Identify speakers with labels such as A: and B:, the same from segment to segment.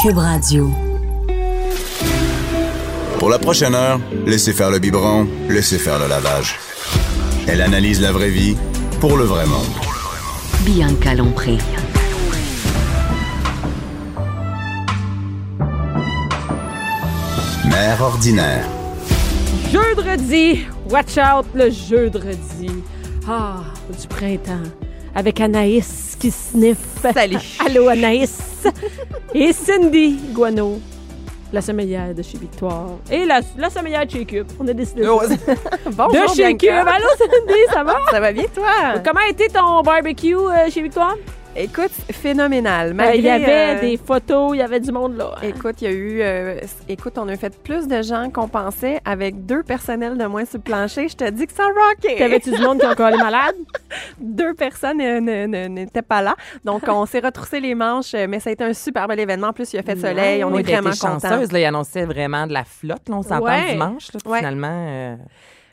A: Cube Radio.
B: Pour la prochaine heure, laissez faire le biberon, laissez faire le lavage. Elle analyse la vraie vie pour le vrai monde.
A: Bianca Lompré.
B: Mère ordinaire.
C: Jeudredi, watch out le jeudredi. Ah, du printemps. Avec Anaïs qui sniffe.
D: Salut.
C: Allô Anaïs. et Cindy Guano. La sommelière de chez Victoire. Et la, la sommelière de chez Cube. On a décidé.
D: Oh,
C: de
D: Bonjour,
C: chez Cube.
D: Bianca.
C: Allô Cindy, ça va?
D: Ça va bien, toi?
C: Comment a été ton barbecue euh, chez Victoire?
D: Écoute, phénoménal.
C: Euh, Il y
D: Malgré,
C: avait
D: euh,
C: des photos, il y avait du monde là.
D: Écoute, il y a eu. euh, écoute, on a fait plus de gens qu'on pensait avec deux personnels de moins sur le plancher. Je te dis que ça rockait.
C: T'avais-tu du monde qui a encore les malades?
D: deux personnes euh, ne- ne- n'étaient pas là. Donc, on s'est retroussé les manches, euh, mais ça a été un super bel événement. En plus, il a fait soleil. On
E: Oui,
D: est
E: t'as été
D: vraiment contents.
E: chanceuse. Là, il annonçait vraiment de la flotte. Là, on s'entend
C: Ouais.
E: dimanche. Là, puis
D: Ouais.
E: Finalement, euh,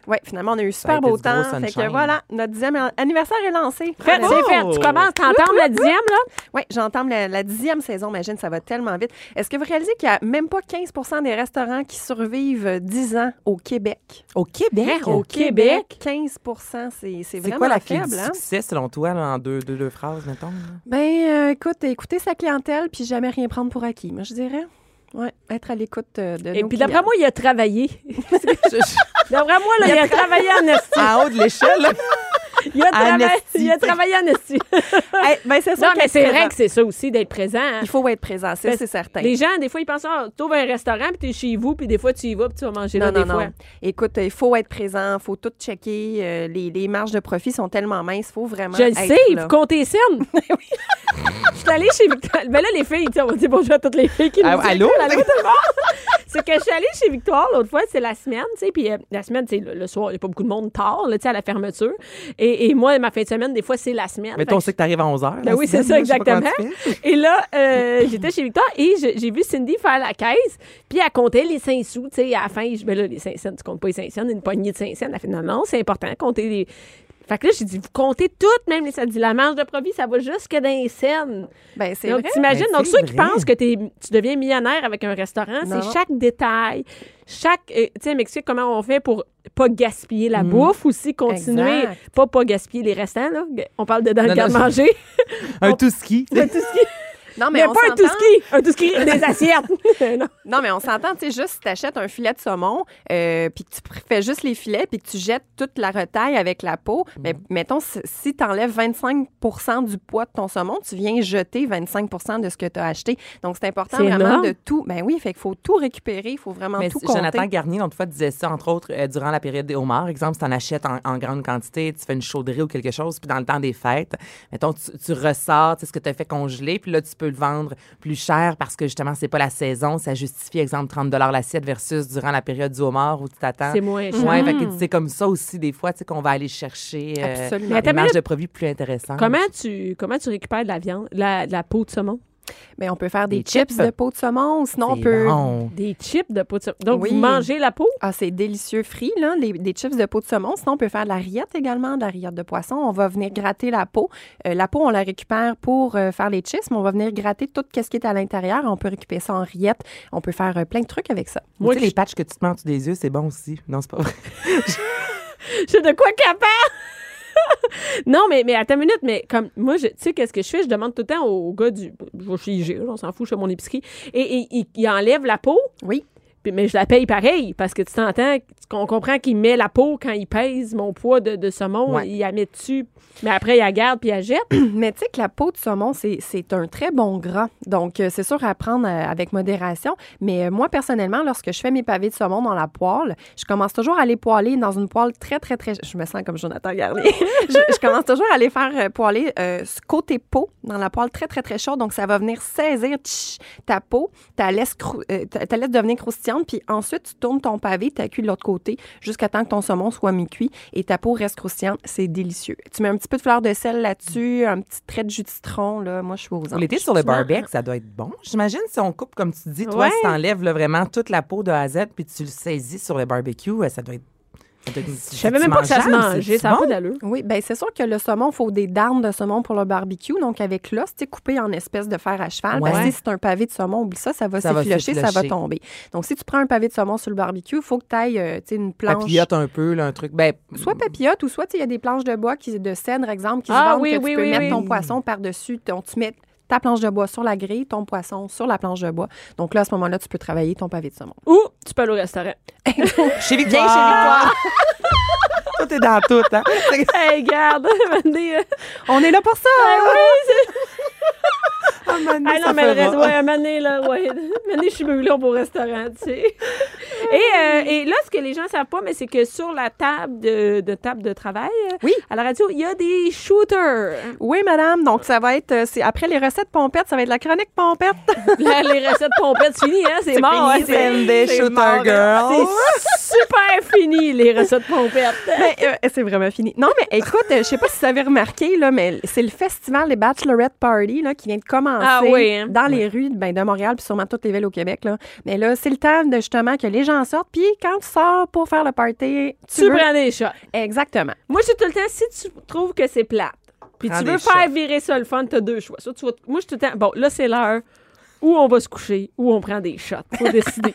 D: Oui, finalement, on a eu
E: a
D: super
E: été
D: beau
E: du gros
D: temps. Fait que
E: sunshine.
D: voilà, notre dixième anniversaire est lancé.
C: Fait, c'est fait. Tu commences, t'entends la dixième, là?
D: Oui, j'entame la, la dixième saison, imagine, ça va tellement vite. Est-ce que vous réalisez qu'il n'y a même pas 15 des restaurants qui survivent euh, 10 ans au Québec?
E: au Québec.
C: Hein, au Québec?
D: 15 c'est, c'est
E: C'est
D: vraiment
E: quoi la clé
D: faible,
E: du
D: hein?
E: succès, selon toi, là, en deux, deux, deux phrases, mettons? là?
D: Ben, euh, écoute, écouter sa clientèle puis jamais rien prendre pour acquis, moi, je dirais. Oui, être à l'écoute euh, de
C: Et
D: nos
C: puis d'après
D: clients.
C: moi, il a travaillé. d'après moi, là, il, a travaillé en esti.
E: En haut de l'échelle, là.
C: Il a, trava-
E: esti.
C: il a travaillé en esti.
D: Eh, ben, c'est sûr
C: non, mais
D: qu'être
C: c'est vrai
D: présent.
C: que c'est ça aussi, d'être présent. hein.
D: Il faut être présent, ça,
C: Parce-
D: c'est certain.
C: Les gens, des fois, ils pensent, ah, t'ouvres un restaurant, puis t'es chez vous, puis des fois, tu y vas, puis tu vas manger là,
D: Non,
C: des
D: non,
C: fois.
D: non. Écoute, il faut être présent, il faut tout checker. euh, les, les marges de profit sont tellement minces, il faut vraiment
C: Je le
D: être
C: sais,
D: là.
C: vous comptez scène. Je suis allée chez Victoire. Ben là, les filles, tu sais, on dit bonjour à toutes les filles qui nous
E: Ah,
C: écoutent.
E: allô?
C: Allô, tout le monde? C'est que je suis allée chez Victoire l'autre fois, c'est la semaine, tu sais, puis euh, la semaine, c'est le, le soir, il n'y a pas beaucoup de monde tard, là, tu sais, à la fermeture. Et, et moi, ma fin de semaine, des fois, c'est la semaine.
E: Mais
C: Fait que
E: on sait que t'arrives à 11 h.
C: Ah, Ben oui, c'est ça, exactement. Et là, euh, j'étais chez Victoire et je- j'ai vu Cindy faire la caisse, puis elle comptait les 5 sous, tu sais, à la fin, je ben là, les 5 cents, tu comptes pas les 5 cents, une poignée de 5 cents. Elle fait, non, non, c'est important, compter les... Fait que là, j'ai dit, vous comptez toutes, même les ça dit, la marge de profit, ça va jusque dans les scènes.
D: Ben, c'est
C: Donc,
D: vrai.
C: t'imagines,
E: Ben,
C: donc
E: c'est
C: ceux qui
E: vrai.
C: pensent que t'es- tu deviens millionnaire avec un restaurant,
D: Non.
C: c'est chaque détail, chaque... euh, tu sais, elle m'explique comment on fait pour pas gaspiller
E: Mm.
C: la bouffe, aussi continuer,
D: Exact.
C: pas pas gaspiller les restants, là. On parle de dans le
E: Non, non,
C: garde-manger,
E: Un tout ski.
C: de tout ce qui
D: Non,
C: mais,
D: mais, on
C: pas un
D: s'entend.
C: tout-ski, un tout-ski des assiettes. non.
D: Non, mais on s'entend, tu sais, juste si t'achètes un filet de saumon, euh, puis que tu pr- fais juste les filets, puis que tu jettes toute la retaille avec la peau, mais mettons, si- si t'enlèves 25 du poids de ton saumon, tu viens jeter 25 de ce que t'as acheté. Donc, c'est important
C: C'est
D: vraiment
C: énorme.
D: de tout... Ben oui, fait qu'il faut tout récupérer, il faut vraiment
E: Mais
D: tout
E: c'est-
D: compter.
E: Jonathan Garnier, l'autre fois, disait ça, entre autres, euh, durant la période des homards. Exemple, si tu en achètes en, en grande quantité, tu fais une chauderie ou quelque chose, puis dans le temps des fêtes, mettons, tu, tu ressors tu sais, ce que tu as fait congeler, puis là, tu peux le vendre plus cher parce que justement, c'est pas la saison. Ça justifie, exemple, 30 l'assiette versus durant la période du homard où tu t'attends.
C: C'est moins cher. Mm.
E: Ouais, fait que c'est comme ça aussi, des fois, tu sais, qu'on va aller chercher euh,
D: Absolument.
C: Mais
E: des
C: attends,
E: marges
C: minute.
E: de produits plus intéressantes.
C: Comment tu, comment tu récupères de la viande, de la, de la peau de saumon?
D: Mais on peut faire des,
E: Des
D: chips,
E: chips.
D: de peau de saumon, sinon on
E: C'est
D: peut...
E: long.
C: Des chips de peau de saumon. Donc,
D: Oui.
C: vous mangez la peau?
D: Ah, c'est délicieux frit, là, les, des chips de peau de saumon. Sinon, on peut faire de la rillette également, de la rillette de poisson. On va venir gratter la peau. Euh, la peau, on la récupère pour euh, faire les chips, mais on va venir gratter tout ce qui est à l'intérieur. On peut récupérer ça en rillette. On peut faire euh, plein de trucs avec ça.
C: Moi,
E: tu
C: que
E: sais,
C: je-
E: les patchs que tu te mets en dessous des yeux, c'est bon aussi. Non, c'est pas vrai.
C: J'ai de quoi capable! non, mais, mais attends une minute, mais comme moi, je- tu sais, qu'est-ce que je fais? Je demande tout le temps au, au gars du. Je vais chez IG, là, on s'en fout, je fais mon épicerie. Et, et il, il enlève la peau,
D: Oui.
C: puis- mais je la paye pareil, parce que tu t'entends, qu'on comprend qu'il met la peau quand il pèse mon poids de, de saumon,
E: Ouais.
C: il la met dessus, mais après, il la garde, puis il la jette.
D: Mais tu sais que la peau de saumon, c'est- c'est un très bon gras. Donc, euh, c'est sûr à prendre euh, avec modération. Mais euh, moi, personnellement, lorsque je fais mes pavés de saumon dans la poêle, je commence toujours à les poêler dans une poêle très, très, très... Je me sens comme Jonathan Garnier. je, je commence toujours à les faire euh, poêler euh, ce côté peau dans la poêle très, très, très chaude. Donc, ça va venir saisir tch, ta peau, ta laisse, crou- euh, ta ta laisse devenir croustillante. Puis ensuite, tu tournes ton pavé, tu cuit de l'autre côté jusqu'à temps que ton saumon soit mi-cuit et ta peau reste croustillante. C'est délicieux. Tu mets un petit peu de fleur de sel là-dessus, un petit trait de jus de citron. Là. Moi, je suis aux
E: Pour
D: anges.
E: l'été sur le
C: Effectivement.
E: barbecue, ça doit être bon. J'imagine si on coupe, comme tu dis, toi,
C: Ouais.
E: si t'enlèves là, vraiment toute la peau de A à Z, puis tu le saisis sur le barbecue, euh, ça doit être
C: Je savais même pas que ça se mangeait, ça n'a pas
E: bon?
C: d'allure.
D: Oui, ben c'est sûr que le saumon, il faut des darnes de saumon pour le barbecue. Donc, avec l'os, tu sais, coupé en espèces de fer à cheval.
E: Ouais.
D: Ben, si c'est un pavé de saumon, oublie ça, ça va
E: Ça va
D: s'effilocher, ça va
E: s'effilocher.
D: tomber. Donc, si tu prends un pavé de saumon sur le barbecue, il faut que tu ailles, tu sais, une planche.
E: Papillote un peu, là, un truc. Ben,
D: Soit papillote ou soit tu sais, il y a des planches de bois qui, de cèdre, exemple, qui se
C: Ah
D: vendent
C: oui,
D: que tu
C: oui,
D: peux
C: oui,
D: mettre
C: oui.
D: ton poisson par-dessus. Donc, tu mets ta planche de bois sur la grille, ton poisson sur la planche de bois. Donc là, à ce moment-là, tu peux travailler ton pavé de saumon.
C: Ou tu peux aller au restaurant.
E: chez Victoire. Viens chez Victoire. tout est dans tout, hein.
C: hey, garde, Ben venez.
D: On est là pour ça!
E: Ah, Mané,
C: Ah
E: ça
C: non, mais le
E: fera.
C: reste, ouais, un moment donné, là, ouais. Un moment donné, je suis brûlée au beau restaurant, tu sais. Et, euh, et là, ce que les gens savent pas, mais c'est que sur la table de, de table de travail,
D: Oui.
C: à la radio, il y a des shooters.
D: Oui, madame. Donc, ça va être, euh, c'est après les recettes pompettes, ça va être la chronique pompette.
C: Là, les recettes pompettes, c'est fini, hein? C'est mort,
E: Fini,
C: hein? C'est
E: Sandy, Shooter Girl.
C: c'est super fini, les recettes pompettes.
D: Mais, euh, c'est vraiment fini. Non, mais écoute, euh, je sais pas si vous avez remarqué, là, mais c'est le festival des Bachelorette Party là, qui vient de commencer
C: Ah oui, hein?
D: dans les rues ben, de Montréal, puis sûrement toutes les villes au Québec. Là. Mais là, c'est le temps de justement que les gens sortent, puis quand tu sors pour faire le party, tu,
C: Tu
D: veux-
C: prends des shots.
D: Exactement.
C: Moi, je dis tout le temps, si tu trouves que c'est plate, puis
E: Prends
C: tu
E: des
C: veux faire
E: shots.
C: virer ça le fun, t'as deux choix. Soit tu vas- moi, je suis tout le temps, bon, là, c'est l'heure où on va se coucher, où on prend des shots. Faut décider.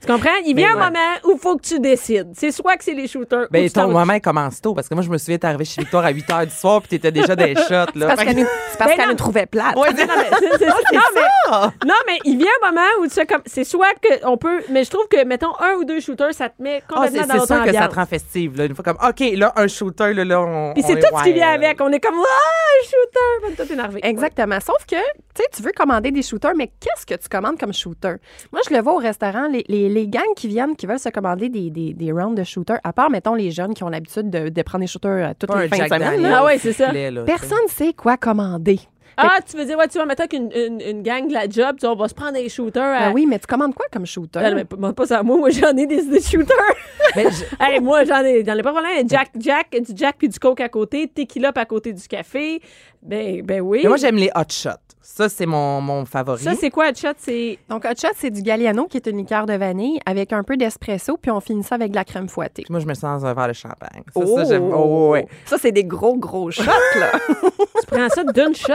C: tu comprends? Il vient
E: ouais.
C: un moment où faut que tu décides. C'est soit que c'est les shooters ou
E: Ben,
C: tu t'en
E: ton
C: vas-
E: moment il commence tôt, parce que moi, je me souviens, t'es arrivé chez Victoire à 8 h du soir, puis t'étais déjà des shots, là.
D: Parce
E: Fait que-
D: qu'elle nous, c'est parce
C: Ben
D: qu'elle
C: non.
D: nous trouvait plate.
E: Ouais,
C: Non, mais c'est- c'est- non, mais, non, mais il vient un moment où tu sais, comme, c'est soit que on peut, mais je trouve que, mettons, un ou deux shooters, ça te met
E: Ah, c'est
C: complètement dans
E: c'est
C: notre
E: sûr que ça
C: ambiance.
E: te rend Oh, festive, là. Une fois comme, OK, là, un shooter, là, là, on.
C: Puis
E: on
C: c'est
E: est
C: tout ce qui
E: wild.
C: vient avec. On est comme, ah, shooter! Ben, Tout énervé.
D: Exactement. Sauf que, tu sais, tu veux commander des shooters, mais qu'est-ce que tu commandes comme shooter? Moi, je le vois au restaurant, les, les, les gangs qui viennent, qui veulent se commander des, des, des rounds de shooters, à part, mettons, les jeunes qui ont l'habitude de, de prendre des shooters euh, toutes
E: Pas
D: les
E: un
D: fins de
E: Jack
D: semaine.
E: Daniel.
D: là.
C: Ah ouais, c'est ça.
D: Personne sait quoi commander.
C: Ah, tu veux dire, ouais, tu vas mettre avec une, une, une gang de la job, tu sais, on va se prendre des shooters. à-
D: Ben oui, mais tu commandes quoi comme shooter?
C: Ah, non, mais demande pas ça à moi, moi j'en ai des, des shooters.
E: Mais je-
C: Hey, moi j'en ai, j'en ai pas problème. Jack, Jack, du Jack puis du Coke à côté, tequila puis à côté du café. Ben, ben oui.
E: Mais moi, j'aime les hot shots. Ça, c'est mon, mon favori.
C: ça, c'est quoi, chat? C'est.
D: Donc, hot shot, c'est du Galliano, qui est une liqueur de vanille, avec un peu d'espresso, puis on finit ça avec de la crème fouettée.
E: Puis moi, je me sens dans un verre de champagne. Ça, ça, j'aime. Oh, ouais.
D: Ça, c'est des gros, gros shots, là.
C: Tu prends ça d'une shot?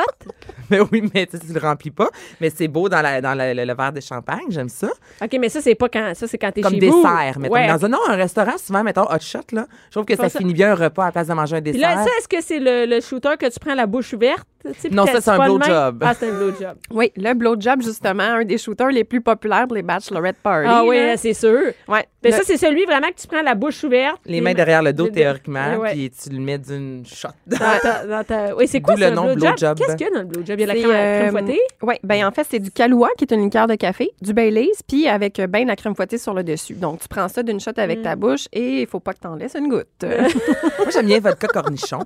E: Mais oui, mais tu sais, tu le remplis pas. Mais c'est beau dans, la, dans la- le, le verre de champagne, j'aime ça.
C: OK, mais ça, c'est pas quand. Ça, c'est quand t'es
E: Comme
C: chez vous.
E: dessert, mettons.
C: Ouais.
E: Dans un, non, un restaurant, souvent, mettons, hot shot, là. Je trouve que ça,
C: ça-
E: finit bien un repas à la place de manger un
C: Puis
E: dessert.
C: là, ça, est-ce que c'est le, le shooter que tu prends la bouche ouverte? tu sais, puis
E: Non, ça,
C: t'as-
E: c'est un
C: pas le
E: blowjob.
C: même? Ah, c'est un blowjob.
D: Oui, le blowjob, justement, un des shooters les plus populaires pour les Bachelorette Party.
C: Ah oui,
E: hein?
D: là.
C: c'est sûr.
D: Ouais.
C: Mais Ben,
D: Le-
C: ça, c'est celui vraiment que tu prends la bouche ouverte.
E: les mains derrière le dos,
C: le-
E: théoriquement,
C: Ouais.
E: puis tu le mets d'une shot.
C: Dans ta, dans ta- Oui, c'est quoi
E: D'où
C: ça,
E: le nom
C: un blowjob?
E: blowjob. euh,
C: Qu'est-ce qu'il y a dans le blowjob? Il y a de la crème, crème fouettée?
D: Oui, ben en fait, c'est du Kahlua, qui est une liqueur de café, du Baileys, puis avec euh, ben de la crème fouettée sur le dessus. Donc, tu prends ça d'une shot avec
C: Mm.
D: ta bouche et il faut pas que t'en laisses une goutte.
E: Moi, j'aime bien vodka cornichon.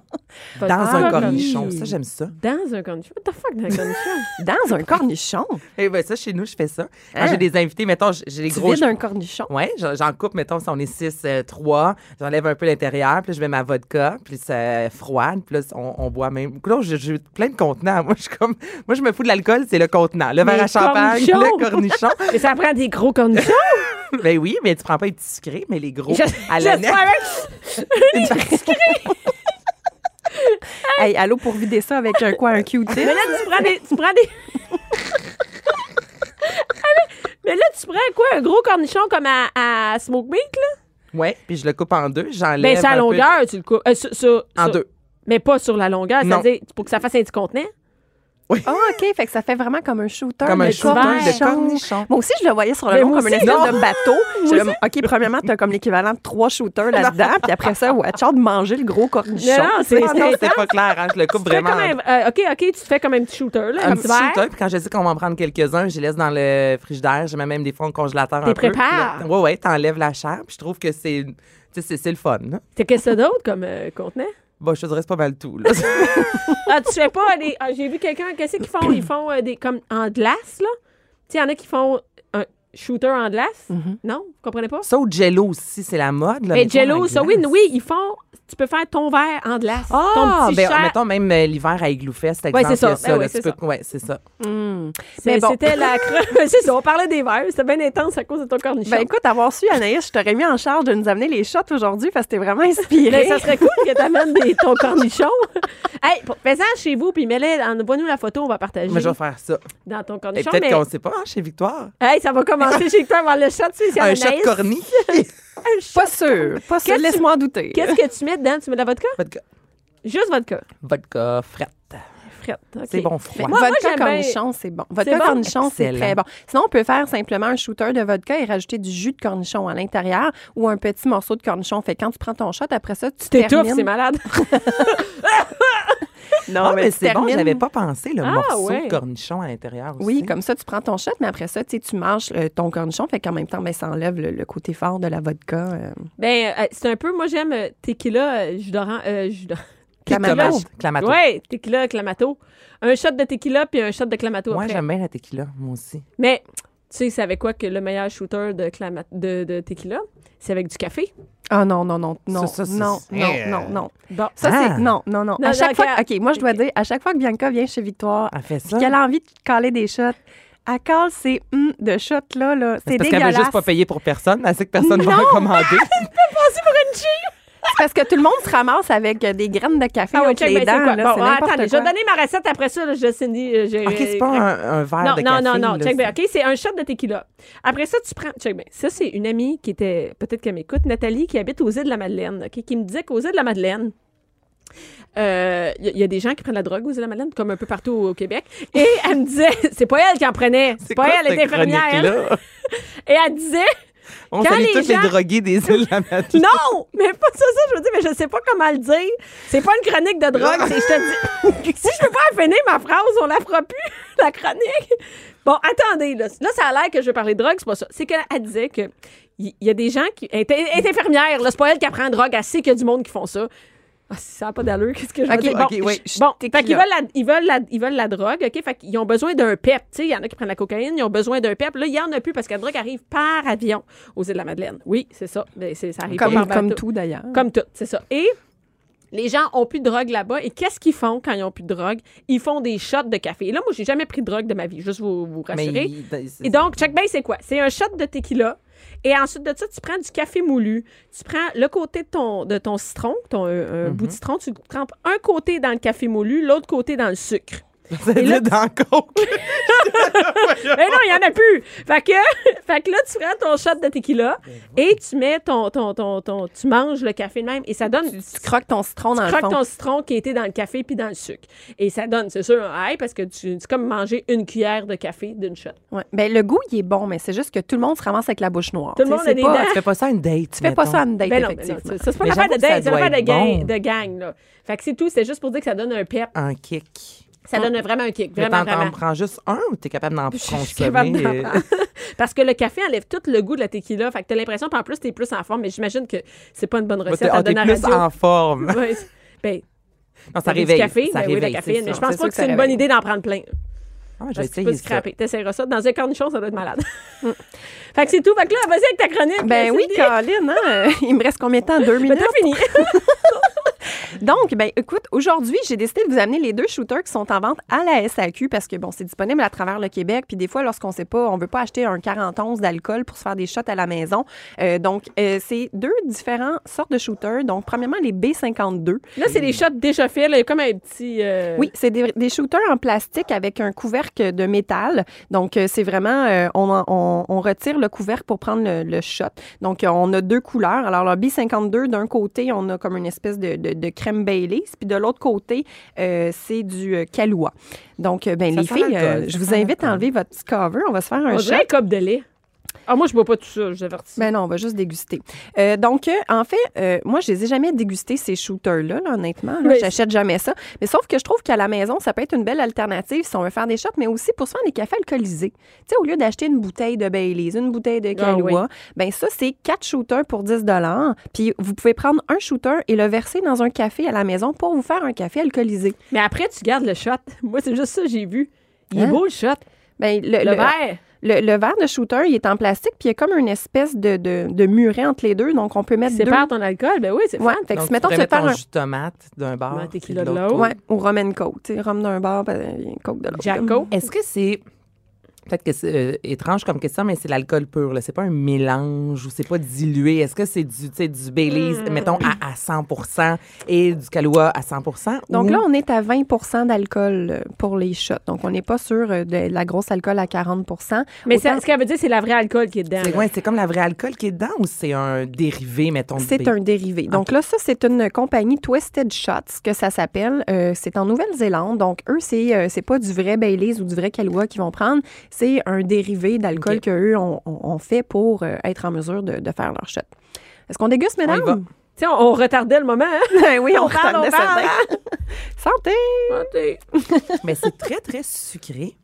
E: dans
C: vodka
E: un cornichon.
D: cornichon.
E: Ça, j'aime ça.
C: Dans un cornichon? What the fuck, dans un cornichon?
D: Dans un cornichon?
E: Et ben, ça, chez nous, je fais ça. Quand
D: Hein?
E: j'ai des invités, mettons, j'ai j'ai les
D: Tu
E: gros.
D: vides un cornichon?
E: Ouais, j'en j'en coupe, mettons, si on est 6, 3, j'enlève un peu l'intérieur, puis là, je mets ma vodka, puis c'est froide, puis là, on, on boit même. Là, j'ai j'ai plein de contenants. Moi, je suis comme. Moi, je me fous de l'alcool, c'est le contenant. Le verre à champagne,
C: cornichons!
E: le cornichon.
C: Mais ça prend des gros cornichons.
E: ben oui, mais tu prends pas les petits sucrés, mais les gros. Oh, à la nette.
C: J'espère
E: Une-
D: Hey, allô pour vider ça avec un quoi, un Q-tip?
C: Mais là, tu prends des. Tu prends des... Mais là, tu prends quoi? Un gros cornichon comme à, à Smoke Meat, là?
E: ouais, puis je le coupe en deux, j'enlève.
C: Ben, c'est à
E: un peu-
C: longueur, tu le coupes. Euh, sur- sur-
E: En
C: sur-
E: deux.
C: Mais pas sur la longueur,
E: Non.
C: c'est-à-dire pour que ça fasse un petit contenant.
D: Ah, OK, fait que ça fait vraiment comme un shooter.
E: Comme un
D: de
E: shooter
C: de
E: cornichon.
D: Moi aussi, je le voyais sur le
C: Mais
D: long
C: moi
D: comme une
C: aussi.
D: espèce
E: Non.
D: de bateau. J'étais comme, OK, premièrement, t'as comme l'équivalent de trois shooters là-dedans, puis après ça, watch out de manger le gros cornichon.
C: Non, non, c'est-
E: Ah non, c'est pas clair, hein, je le coupe
C: Tu fais
E: vraiment
C: comme
E: en
C: un- euh, OK, OK, tu te fais comme un petit shooter, là, un,
E: un
C: petit
E: petit
C: verre.
E: shooter, puis quand je dis qu'on va en prendre quelques-uns, je les laisse dans le frigidaire, je mets même des fois au congélateur
C: T'es
E: un peu.
C: prépare.
E: Oui, oui, t'enlèves la chair, puis je trouve que c'est tu sais, c'est c'est le fun. là.
C: T'as qu'est-ce que d'autre comme euh, contenant?
E: Bon, je te dirais c'est pas mal tout. là.
C: Ah, tu fais pas des. ah, J'ai vu quelqu'un, qu'est-ce qu'ils font? Ils font euh, des. comme en glace, là. Tu sais, il y en a qui font un shooter en glace. Non? Vous comprenez pas?
E: Mm-hmm. ça ou Jello aussi, c'est la mode. Là,
C: Mais
E: mettons, en
C: Jello, ça, oui,
E: glace.
C: oui, ils font. Tu peux faire ton verre en glace.
E: Ah,
C: ton petit
E: ben,
C: chat.
E: mettons même euh, l'hiver à Igloofest,
C: Ouais,
E: exemple,
C: c'est ça.
E: il y a
C: Ben
E: là,
C: ouais,
E: tu
C: c'est
E: peux-
C: ça.
E: ouais, c'est ça.
C: C'est-
D: Mais bon.
C: C'était la cre- C'est ça, on parlait des verres. C'était bien intense à cause de ton cornichon.
D: Ben écoute, avoir su Anaïs, je t'aurais mis en charge de nous amener les shots aujourd'hui parce que t'es vraiment
C: Mais
D: inspirée.
C: ça serait cool que t'amènes des- ton cornichon. hey, pour- fais ça chez vous, puis mets-le, envoie-nous la photo, on va partager
E: Mais je vais faire ça.
C: dans ton
E: Et
C: cornichon.
E: peut-être
C: mais-
E: qu'on ne sait pas hein, chez Victoire.
C: Hey, ça va commencer chez toi avant le chat, tu sais, c'est
E: Un
C: Anaïs.
E: chat de corny.
C: Un shot.
D: Pas sûr, pas sûr.
C: Qu'est-ce que-
D: Laisse-moi en douter.
C: Qu'est-ce que tu mets dedans? Tu mets de la vodka?
E: vodka,
C: Juste vodka.
E: vodka frette.
C: Frette. ok.
E: C'est bon froid.
C: Moi-
D: vodka
C: j'aime bien-
D: cornichon, c'est bon. Vodka
C: C'est bon?
D: cornichon, c'est
E: Excellent.
D: très bon. Sinon, on peut faire simplement un shooter de vodka et rajouter du jus de cornichon à l'intérieur ou un petit morceau de cornichon. Fait que quand tu prends ton shot, après ça, tu
C: T'étouffes,
D: termines.
C: c'est malade.
D: Non,
E: Ah,
D: mais
E: mais
D: tu
E: c'est bon,
D: termines-
E: j'avais pas pensé le
C: Ah,
E: morceau
C: ouais.
E: de cornichon à l'intérieur aussi.
D: Oui, comme ça, tu prends ton shot, mais après ça, tu sais, tu manges euh, ton cornichon. Fait qu'en même temps, ben, ça enlève le, le côté fort de la vodka. euh,
C: ben, euh, c'est un peu, moi j'aime euh, tequila, euh, jus d'orange, euh, jus d'orange.
D: Clamato.
E: Clamato. Clamato.
C: Ouais, tequila, clamato. Un shot de tequila puis un shot de clamato
E: Moi,
C: après.
E: j'aime bien la tequila, moi aussi.
C: Mais tu sais, c'est avec quoi que le meilleur shooter de, clama- de, de tequila? C'est avec du café.
D: Ah non, non, non, non,
E: ça, c'est-
D: non, non,
E: Eh,
D: non, non.
C: Bon.
D: Ça,
E: Ah.
D: c'est... Non, non, non.
C: Non,
D: À chaque
C: non,
D: fois...
C: regarde.
D: OK, moi, je dois dire, à chaque fois que Bianca vient chez Victoire,
E: Elle fait ça.
D: puis qu'elle a envie de caler des shots, elle cale ces hum de shots, là, là.
E: C'est
D: C'est
E: parce qu'elle veut
D: dégueulasse.
E: juste pas payer pour personne. Elle sait que personne va recommander.
D: C'est parce que tout le monde se ramasse avec euh, des graines de café entre
C: check,
D: les
C: ben, c'est
D: dents,
C: quoi?
D: là,
C: Bon,
D: c'est
C: ah,
D: n'importe
C: attendez, je
D: quoi.
C: vais donner ma recette après ça, là, je Cindy. euh, j'ai-
E: OK, c'est pas un, un verre
C: non,
E: de
C: non,
E: café.
C: non, non,
E: là,
C: check bien.
E: c'est-
C: OK, c'est un shot de tequila. Après ça, tu prends. Check bien. Ça, c'est une amie qui était. Peut-être qu'elle m'écoute, Nathalie, qui habite aux îles de la Madeleine, OK, qui me disait qu'aux îles de la Madeleine, euh, il y, a- il y a des gens qui prennent la drogue aux îles de la Madeleine, comme un peu partout au Québec. Et elle me disait, c'est pas elle qui en prenait, c'est pas
E: quoi
C: elle, elle
E: cette
C: était infirmière. elle.
E: chronique-là?
C: Et elle disait,
E: On
C: Quand
E: salue
C: les
E: tous
C: gens-
E: les drogués des îles de la Madeleine.
C: Non, mais pas ça, ça, je veux dire, mais je sais pas comment le dire. C'est pas une chronique de drogue, c'est, je te dis. si je peux pas finir ma phrase, on la fera plus, la chronique. Bon, attendez, là, là ça a l'air que je veux parler de drogue, c'est pas ça. C'est qu'elle elle disait que il y, y a des gens qui. Elle est, elle est infirmière, là, c'est pas elle qui apprend la drogue, elle sait qu'il y a du monde qui font ça. Ah, si ça n'a pas d'allure, qu'est-ce que je veux
D: Ok,
C: dire? Bon,
D: ok, oui, je-
C: bon
D: t'es
C: fait
D: qui,
C: qu'ils
D: là?
C: veulent la, ils, veulent la, ils veulent la drogue, OK? Fait qu'ils ont besoin d'un PEP. Tu sais, il y en a qui prennent la cocaïne, ils ont besoin d'un PEP. Là, il y en a plus parce que la drogue arrive par avion aux Îles-de-la-Madeleine. Oui, c'est ça. Mais c'est, ça arrive pas
D: Comme,
C: par
D: comme
C: bateau.
D: tout, d'ailleurs.
C: Comme tout, c'est ça. Et les gens ont plus de drogue là-bas. Et qu'est-ce qu'ils font quand ils ont plus de drogue? Ils font des shots de café. Et là, moi, j'ai jamais pris de drogue de ma vie, juste vous, vous rassurer.
E: Mais il- ben, c'est-
C: Et donc, check bien, c'est quoi? C'est un shot de tequila. Et ensuite de ça, tu prends du café moulu. Tu prends le côté de ton, de ton citron, ton euh, un bout de citron, tu trempes un côté dans le café moulu, l'autre côté dans le sucre.
E: Ça veut dire dans le coke.
C: Mais non, il n'y en a plus! Fait que, fait que là, tu prends ton shot de tequila et tu mets ton, ton, ton, ton- Tu manges le café de même et ça donne.
D: Tu croques ton citron dans
C: Tu
D: le
C: croques
D: fond.
C: ton citron qui était dans le café puis dans le sucre. Et ça donne, c'est sûr, un high parce que tu, c'est comme manger une cuillère de café d'une shot.
D: Ouais. Ben, le goût, il est bon, mais c'est juste que tout le monde se ramasse avec la bouche noire.
C: Tout le
D: Tu sais,
C: monde a
D: c'est
C: des
D: pas-
C: dents.
E: Tu fais pas ça à une date.
D: Tu fais pas
E: mettons.
D: ça à une date,
C: Ben non, ben non,
D: effectivement.
C: ça, ça, c'est pas
E: Mais
C: une affaire de
E: j'avoue que
C: date, c'est
E: ça
C: une
E: doit
C: affaire de
E: être
C: gang.
E: bon.
C: De gang là. Fait que c'est tout, c'est juste pour dire que ça donne un pep.
E: Un kick.
C: Ça donne vraiment un kick.
E: Mais
C: Vraiment,
E: t'en- t'en
C: vraiment.
E: prends juste un ou t'es capable d'en consommer?
C: Je suis capable d'en
E: euh,
C: prendre. Parce que le café enlève tout le goût de la tequila. Fait que t'as l'impression, puis en plus, t'es plus en forme, mais j'imagine que c'est pas une bonne
E: t'es
C: recette à
E: ah, t'es
C: donner à
E: plus
C: radio.
E: en forme.
C: Ouais, c'est- ben,
E: Non, ça
C: t'avais du
E: réveille.
C: café,
E: ça
C: ben oui,
E: réveille,
C: la caféine,
E: c'est
C: mais je
E: ça.
C: pense
D: C'est
C: pas
D: sûr
C: que
D: que
C: c'est
D: ça
C: une bonne
D: réveille.
C: idée d'en prendre plein.
E: Ah, je vais
C: Parce que tu
E: essayer
C: peux se
E: ça.
C: craper. T'essaieras ça. Dans un cornichon, ça doit être malade. fait que c'est tout. Fait que là, vas-y avec ta chronique. euh,
D: Ben oui,
C: Cindy.
D: Colin, hein? il me reste combien de temps? Deux
C: Ben,
D: minutes?
C: t'as fini.
D: Donc, ben, écoute, aujourd'hui, j'ai décidé de vous amener les deux shooters qui sont en vente à la SAQ parce que, bon, c'est disponible à travers le Québec. Puis des fois, lorsqu'on sait pas, on veut pas acheter un 40 onces d'alcool pour se faire des shots à la maison. Euh, donc, euh, c'est deux différentes sortes de shooters. Donc, premièrement, les B52.
C: Là, c'est des shots déjà faits. là. Il y a comme un petit. euh,
D: Oui, c'est des, des shooters en plastique avec un couvercle de métal. Donc, euh, c'est vraiment, euh, on, en- on- on retire le couvercle pour prendre le, le shot. Donc, euh, on a deux couleurs. Alors, le B52, d'un côté, on a comme une espèce de, de- de crème Baileys, puis de l'autre côté, euh, c'est du euh, Kahlua. Donc, euh, ben,
E: Ça
D: les
E: sent
D: filles,
E: l'alcool,
D: euh, je
E: ça
D: vous
E: sent
D: invite à
E: l'alcool.
D: enlever votre petit cover. On va se faire un
C: On
D: shot.
C: dirait un cop de lait. Ah, moi, je bois pas tout ça, je vous avertis.
D: Ben non, on va juste déguster. Euh, donc, euh, en fait, euh, moi, je les ai jamais dégustés, ces shooters-là, là, honnêtement. là.
C: Mais-
D: J'achète jamais ça. Mais sauf que je trouve qu'à la maison, ça peut être une belle alternative si on veut faire des shots, mais aussi pour se faire des cafés alcoolisés. Tu sais, au lieu d'acheter une bouteille de Baileys, une bouteille de
C: Ah,
D: Kahlua, ben ça, c'est quatre shooters pour 10 Puis vous pouvez prendre un shooter et le verser dans un café à la maison pour vous faire un café alcoolisé.
C: Mais après, tu gardes le shot. Moi, c'est juste ça que j'ai vu. Il est
D: Hein?
C: beau, le shot.
D: Ben,
C: Le verre.
D: Le, le verre de shooter, il est en plastique, puis il y a comme une espèce de, de, de muret entre les deux. Donc, on peut mettre deux...
C: Sépare ton alcool. Ben oui, c'est
D: Ouais,
C: fun.
D: fait que
E: Donc,
D: si, mettons,
E: tu
D: tu
E: pourrais
D: veux faire
E: mettre ton
D: un,
E: jus de tomate d'un bar.
C: Un
E: puis
C: tequila de
E: l'autre.
C: l'autre.
D: Ouais, ou rum and coke. Tu sais, rhum d'un bar, ben, coke de l'autre.
C: Jacko.
E: Est-ce que c'est peut-être que c'est euh, étrange comme question, mais c'est l'alcool pur. Là. C'est pas un mélange ou c'est pas dilué. Est-ce que c'est du, tu sais, du Baileys, mettons, à, à 100 et du Kahlua à 100
D: Donc
C: Mm-hmm.
E: ou-
D: là, on est à 20 d'alcool euh, pour les shots. Donc, on n'est pas sûr euh, de la grosse alcool à 40
C: Mais
D: Autant-
C: ça- ce qu'elle veut dire, c'est la vraie alcool qui est dedans.
E: c'est,
C: là.
E: ouais, c'est comme la vraie alcool qui est dedans ou c'est un dérivé, mettons, du
D: C'est
E: Baileys?
D: un dérivé. Donc là, ça, c'est une compagnie Twisted Shots, que ça s'appelle. Euh, c'est en Nouvelle-Zélande. Donc, eux, c'est euh, c'est pas du vrai Baileys ou du vrai Kahlua qu'ils vont prendre. C'est un dérivé d'alcool
E: Ok.
D: que qu'eux ont, ont- ont fait pour euh, être en mesure de, de faire leur shot. Est-ce qu'on déguste,
E: y va.
D: mesdames?
C: Tu sais, on, on retardait le moment. hein?
D: Ben oui,
C: On parle,
D: retardait
C: on parle.
D: certains. Santé!
C: Attendez.
E: Mais c'est très, très sucré.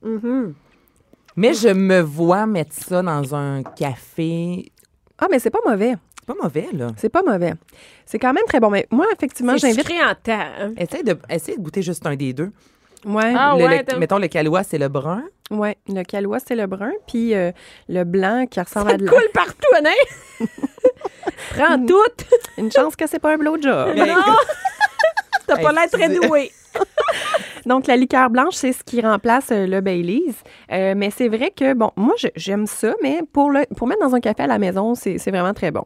E: Mais je me vois mettre ça dans un café.
D: Ah, mais c'est pas mauvais.
E: C'est pas mauvais, là.
D: C'est pas mauvais. C'est quand même très bon. Mais moi, effectivement,
C: C'est
D: j'invite.
C: sucré en temps. hein.
E: Essaye de, essaye de goûter juste un des deux.
D: Ouais.
C: Ah
E: Le- le-
C: ouais, t'as-
E: mettons, le calois, c'est le brun.
D: Ouais, le calois, c'est le brun, puis euh, le blanc qui ressemble à de la... Mm.
C: Coule partout, honnête. Prends tout.
D: Une chance que c'est pas un blowjob.
E: Mais-
C: T'as pas
E: Hey,
C: l'air très
E: excusez.
C: doué.
D: Donc, la liqueur blanche, c'est ce qui remplace euh, le Baileys. Euh, mais c'est vrai que, bon, moi, je- j'aime ça, mais pour, le, pour mettre dans un café à la maison, c'est c'est vraiment très bon.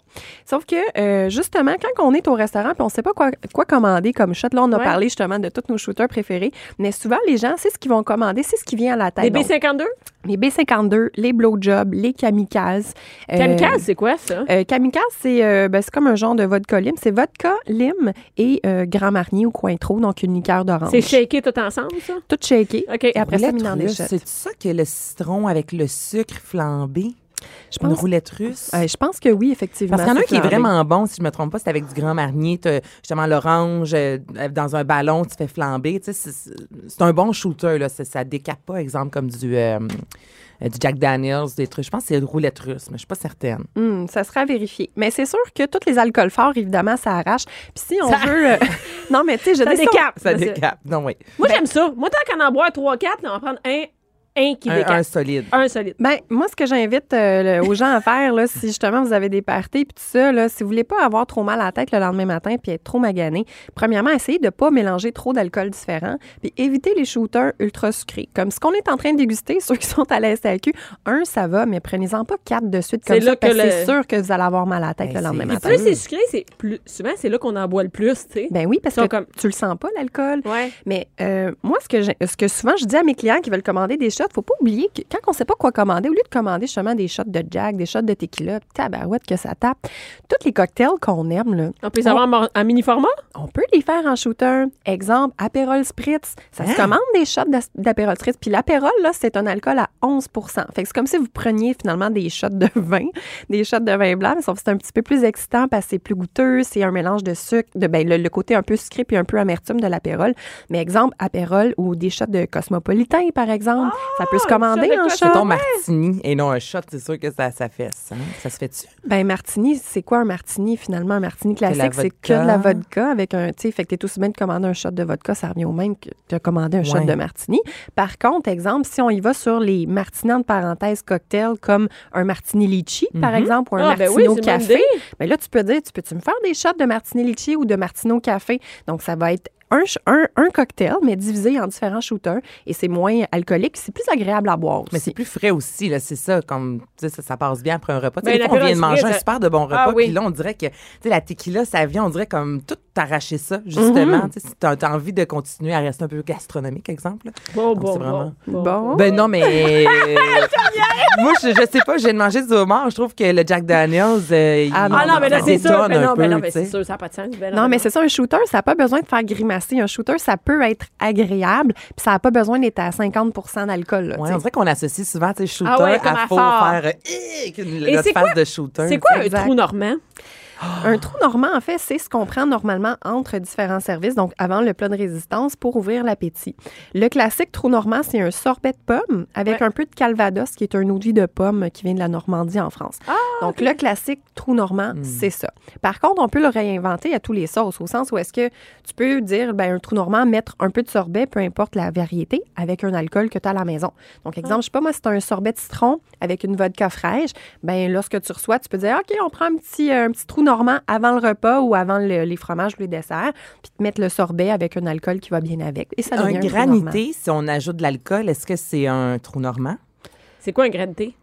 D: Sauf que, euh, justement, quand on est au restaurant puis on ne sait pas quoi, quoi commander comme shot, là, on a
C: Ouais.
D: parlé justement de tous nos shooters préférés, mais souvent, les gens, c'est ce qu'ils vont commander, c'est ce qui vient à la
C: Les
D: tête. Donc,
C: B52?
D: les B52, les blowjobs, les kamikazes. euh,
C: Kamikaze, c'est quoi ça?
D: euh, kamikaze, c'est euh, ben, c'est comme un genre de vodka lime. C'est vodka, lime et euh, Grand Marnier ou Cointreau, donc une liqueur d'orange.
C: C'est shaké tout ensemble, ça?
D: Tout shaké.
C: OK.
D: Et après ça,
E: Roulette
D: mis dans
E: russe,
D: des shots.
E: C'est ça que le citron avec le sucre flambé?
D: Je
E: Une
D: pense,
E: roulette russe?
D: euh, je pense que oui, effectivement.
E: Parce qu'il y en a un
D: c'est
E: qui est
D: flambé.
E: vraiment bon, si je me trompe pas, c'est avec du grand marnier, t'as justement l'orange euh, dans un ballon, tu fais flamber. Tu sais, c'est- c'est un bon shooter, là. C'est- ça décape pas, exemple, comme du, euh, euh, du Jack Daniels, des trucs. Je pense que c'est une roulette russe, mais je suis pas certaine.
D: Hum, ça sera vérifié. Mais c'est sûr que tous les alcools forts, évidemment, ça arrache. Puis si on veut. euh, non, mais tu sais, je
C: Ça
D: dis
C: décape.
E: Ça
C: Parce que-
E: décape, non, oui.
C: Moi,
D: Ben
C: j'aime ça. Moi, tant qu'on en boit 3-4, on va prendre un, un qui
E: Un, un
C: décape.
E: solide.
C: Un solide.
D: Ben, moi, ce que j'invite euh, le- aux gens à faire, là, si justement vous avez des parties puis tout ça, là, si vous voulez pas avoir trop mal à la tête le lendemain matin puis être trop magané, premièrement, essayez de pas mélanger trop d'alcool différents puis évitez les shooters ultra sucrés. Comme ce qu'on est en train de déguster, ceux qui sont à la SAQ, un, ça va, mais prenez-en pas quatre de suite comme
C: C'est
D: ça,
C: là
D: parce
C: que
D: que c'est
C: le-
D: sûr que vous allez avoir mal à la tête
E: Ben,
D: le lendemain
E: c'est-
D: matin.
C: Plus c'est sucré, c'est plus... souvent, c'est là qu'on en boit le plus, tu sais.
D: Ben oui, parce
C: Ils sont
D: que
C: comme-
D: tu le sens pas, l'alcool.
C: Ouais.
D: Mais euh, moi, ce que, j'ai- ce que souvent je dis à mes clients qui veulent commander des shots, faut pas oublier que quand on sait pas quoi commander, au lieu de commander justement des shots de Jack, des shots de tequila, tabarouette que ça tape, tous les cocktails qu'on aime, là,
C: On peut les avoir en mor- en mini-format?
D: on peut les faire en shooter. Exemple, Aperol Spritz. Ça
E: Hein?
D: se commande des shots d'as- d'Aperol Spritz. Puis l'Aperol, là, c'est un alcool à 11 Fait que c'est comme si vous preniez finalement des shots de vin, des shots de vin blanc, mais sauf que c'est un petit peu plus excitant parce que c'est plus goûteux, c'est un mélange de sucre, de, ben, le, le côté un peu sucré puis un peu amertume de l'Aperol. Mais exemple, Aperol ou des shots de Cosmopolitain, par exemple. ça peut se
C: shot de
D: commander en
C: Cos-
D: shot.
E: Mettons martini et non un shot, c'est sûr que ça, ça fait ça. Ça se fait-tu?
D: Ben martini, c'est quoi un martini finalement Un martini
E: la
D: classique, c'est que
E: vodka.
D: de la vodka avec un, tu sais, fait que t'es tout aussi bien de commander un shot de vodka, ça revient au même que de commander un shot
E: Ouais.
D: de martini. Par contre, exemple, si on y va sur les martinis entre parenthèses cocktails comme un martini litchi par exemple ou un
C: Ah, ben
D: martini
C: oui,
D: au
C: c'est une bonne
D: café,
C: idée.
D: ben là tu peux dire, tu peux tu me faire des shots de martini litchi ou de martini au café. Donc ça va être un, ch- un, un cocktail, mais divisé en différents shooters. Et c'est moins alcoolique. C'est plus agréable à boire.
E: Mais
D: aussi.
E: c'est plus frais aussi, là, c'est ça. Comme, tu sais, ça, ça passe bien après un repas. Tu
C: Ben,
E: sais, des fois, on
C: l'apéro
E: vient de manger
C: Spritz,
E: un
C: euh,
E: super de bon repas,
C: ah oui.
E: puis là, on dirait que, tu sais, la tequila, ça vient, on dirait comme tout arracher ça, justement.
C: Mhm.
E: Tu sais, si t'as t'as envie de continuer à rester un peu gastronomique, exemple. là.
C: Bon,
E: Donc,
C: bon,
E: Ah, c'est vraiment-
C: bon,
D: Bon.
E: Ben non, mais. euh, Moi, je, je sais pas, j'ai mangé du homard. Je trouve que le Jack Daniels. euh,
D: Ah
E: il-
D: non,
C: Ah non, mais là,
E: ça
C: c'est sûr.
E: détonne
C: Ben
E: un
C: non, ben
E: peu,
C: non, ben
E: tu sais.
C: c'est sûr, ça n'a pas de sens. Ben
D: Non,
C: ben
D: mais c'est ça, un shooter, ça n'a pas besoin de faire grimacer. Un shooter, ça peut être agréable, puis ça n'a pas besoin d'être à 50 d'alcool. là,
E: Ouais,
D: tu sais.
E: on dirait qu'on associe souvent, tu sais, shooter
C: Ah ouais, comme
E: à
C: à
E: faut
C: fort.
E: faire. euh, hic, une-
C: Et
E: notre
C: c'est
E: face
C: quoi-
E: de shooter.
C: C'est quoi
D: Exact.
C: un trou normand?
D: Un trou normand, en fait, c'est ce qu'on prend normalement entre différents services, donc avant le plat de résistance, pour ouvrir l'appétit. Le classique trou normand, c'est un sorbet de pomme avec
C: Ouais.
D: un peu de calvados, qui est un eau de vie de pomme qui vient de la Normandie en France. donc, le classique trou normand, c'est ça. Par contre, on peut le réinventer à tous les sauces, au sens où est-ce que tu peux dire, ben, un trou normand, mettre un peu de sorbet, peu importe la variété, avec un alcool que tu as à la maison. Donc, exemple, je sais pas, moi, si tu un sorbet de citron avec une vodka fraîche, ben, lorsque tu reçois, tu peux dire, OK, on prend un petit, euh, un petit trou normand avant le repas ou avant le- les fromages ou les desserts, puis te mettre le sorbet avec un alcool qui va bien avec. Et ça devient
E: Un
D: un, trou normand.
E: granité, si on ajoute de l'alcool, est-ce que c'est un trou normand?
C: C'est quoi un grain de thé?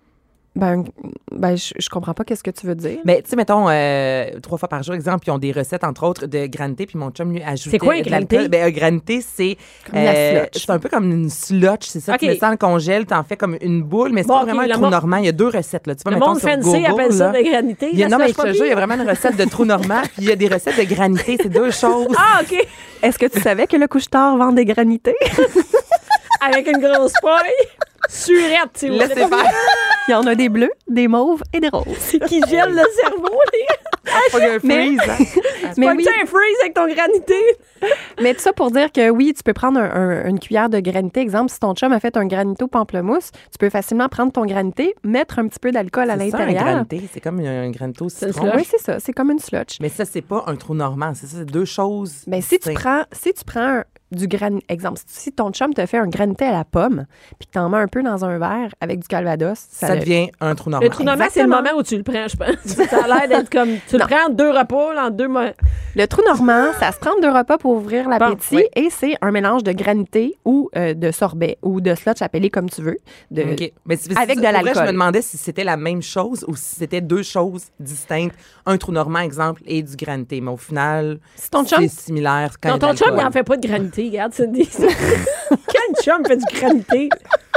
D: Ben, ben je, je comprends pas qu'est-ce que tu veux dire.
E: Mais tu sais, mettons, euh, trois fois par jour, exemple, ils ont des recettes, entre autres, de granité, puis mon chum lui ajoute.
C: C'est quoi un granité?
E: Ben, un granité, c'est. euh,
D: Comme la slotch.
E: C'est un peu comme une slotch, c'est ça.
C: OK.
E: Tu mets ça dans le congèle, t'en fais comme une boule, mais c'est
C: Bon,
E: pas
C: OK,
E: vraiment un
C: le
E: trou
C: monde-
E: normand. Il y a deux recettes, là. Tu vois,
C: Le
E: mettons,
C: monde
E: sur
C: fancy
E: Google,
C: appelle ça
E: là,
C: de granité.
E: il y a,
C: la
E: non, mais je
C: slush
E: te
C: puppy.
E: jure, il y a vraiment une recette de trou normand, puis il y a des recettes de granité. C'est deux choses.
C: Ah, OK.
D: Est-ce que tu savais que le couche-tard vend des granités?
C: Avec une grosse poille. Surette, tu vois.
E: Laissez faire.
D: Il y en a des bleus, des mauves et des roses.
C: Qui gèle le cerveau, les gars.
E: Faut qu'il y ait un
D: Mais-
E: freeze, hein.
D: Mais
C: Pas
D: oui,
C: que t'as un freeze avec ton granité.
D: mais tout ça pour dire que oui, tu peux prendre un- un- une cuillère de granité. Exemple, si ton chum a fait un granito pamplemousse, tu peux facilement prendre ton granité, mettre un petit peu d'alcool à
E: C'est ça, un
D: l'intérieur.
E: granité. C'est comme un granito
C: C'est une
E: citron.
C: slush.
D: Oui, c'est ça. C'est comme une slotch.
E: Mais ça, c'est pas un trou normand. C'est ça, c'est deux choses.
C: Ben,
D: Mais si tu
E: distinctes.
D: prends, si tu prends un- du gran, exemple, si ton chum te fait un granité à la pomme, puis que t'en mets un peu dans un verre avec du calvados, ça,
E: Ça
D: le-
E: devient un trou
C: Le
E: normand.
C: trou normal, c'est le
D: Exactement.
C: moment où tu le prends, je pense. Ça a l'air d'être comme. Tu le
D: Non.
C: prends en deux repas, là, en deux mois.
D: Le trou normand, ça se prend deux repas pour ouvrir l'appétit
C: Bon, oui.
D: et c'est un mélange de granité ou euh, de sorbet ou de slotch appelé comme tu veux.
C: Euh,
D: De...
E: OK. Mais c'est-
D: Avec
E: c'est-
D: de
E: pour vrai,
D: l'alcool.
E: Je me demandais si c'était la même chose ou si c'était deux choses distinctes, un trou normand, exemple, et du granité. Mais au final,
D: Si ton chum-
E: c'est similaire. Quand
C: Non,
E: il y a
C: ton
E: de
C: chum, il
E: l'alcool.
C: n'en fait pas de granité, regarde, Cindy. Quel chum fait du granité?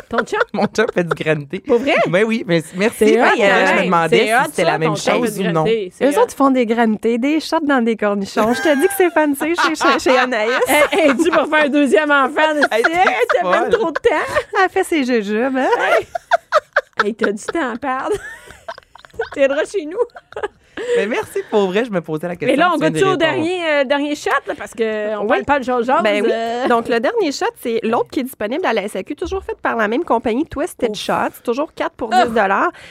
C: Ton chum?
E: Mon chum fait du granité.
C: Pour vrai?
E: Ben oui, mais merci.
C: C'est
E: Ben,
C: hot,
E: il y avait- je
C: pareil.
E: me demandais
C: C'est hot,
E: si c'était
C: ça,
E: la même
C: ton chum fait
E: chose
C: du
E: ou non.
C: granité. C'est
D: Eux
C: hot.
D: autres, ils font des granités, des shots dans des cornichons. Je te dis que c'est fancy chez, chez, chez Anaïs.
C: Elle elle est due pour faire un deuxième enfant.
E: Hey, t'es
C: Elle a même
E: folle.
C: trop de temps.
D: Elle fait ses jujubes. hein?
C: Hey, t'as du temps à perdre. T'aideras chez nous.
E: Mais Ben merci pour vrai, je me posais la question.
C: Mais là, on
E: tu viens
C: goûte
E: d'y
C: au
E: répondre.
C: dernier, euh, dernier shot, là, parce qu'on
D: Oui.
C: parle pas de euh, chose genre.
D: Ben oui. Donc, le dernier shot, c'est l'autre qui est disponible à la SAQ, toujours fait par la même compagnie, Twisted Shots, toujours 4 pour 10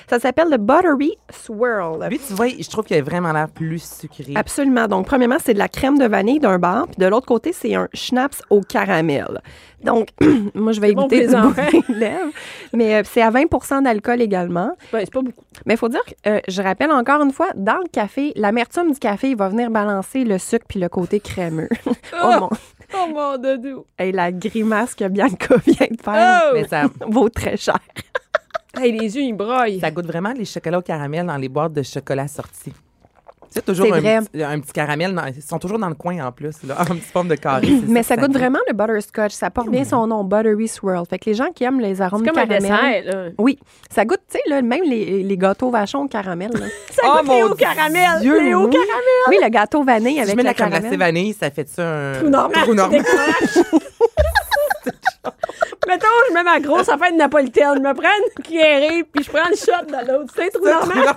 D: Ça s'appelle le Buttery Swirl.
E: Lui, tu vois, je trouve qu'il a vraiment l'air plus sucré.
C: Ah,
D: Absolument. Donc, premièrement, c'est de la crème de vanille d'un bar, puis de l'autre côté, c'est un schnapps au caramel. Donc, moi, je vais
C: bon
D: éviter
C: pour les
D: de
C: enfants.
D: bourrer les lèvres, mais euh, c'est à 20 d'alcool également.
C: ben, c'est pas beaucoup.
D: Mais il faut dire, que, euh, je rappelle encore une fois, dans le café, l'amertume du café, il va venir balancer le sucre puis le côté crémeux. oh mon...
C: Oh mon dieu.
D: Hey, la grimace que Bianca vient de faire
C: Oh!
E: Mais ça,
D: vaut très cher.
C: Hey, les yeux, ils broyent.
E: ça goûte vraiment les chocolats au caramel dans les boîtes de chocolat sortis. C'est toujours
D: C'est
E: un
D: vrai.
E: petit, un petit caramel. dans- ils sont toujours dans le coin en plus, là, en petite forme de carré. c'est
D: Mais ça
E: que
D: goûte
E: goûte.
D: vraiment le butterscotch. Ça porte bien son nom, Buttery Swirl. Fait que les gens qui aiment les arômes
C: C'est comme un
D: caramel...
C: dessert, là.
E: Oh,
D: Oui, ça goûte, tu sais, là, même les, les gâteaux vachons au caramel. là.
C: Ça
E: Oh,
C: goûte les
E: mon
C: hauts caramel.
E: Dieu,
C: Les hauts
E: oui.
C: caramel.
D: oui, le gâteau vanille
E: Si
D: avec
E: je mets de
D: le
E: la crème glacée
D: caramel.
E: vanille, ça fait ça un.
C: Trou normal.
E: Trou normal.
C: tu décroches. Mettons, je mets ma grosse affaire de napolitaine. Je me prends une cuillerée, puis je prends le shot dans l'autre. C'est un trou
E: Trou
C: normal.
E: normal.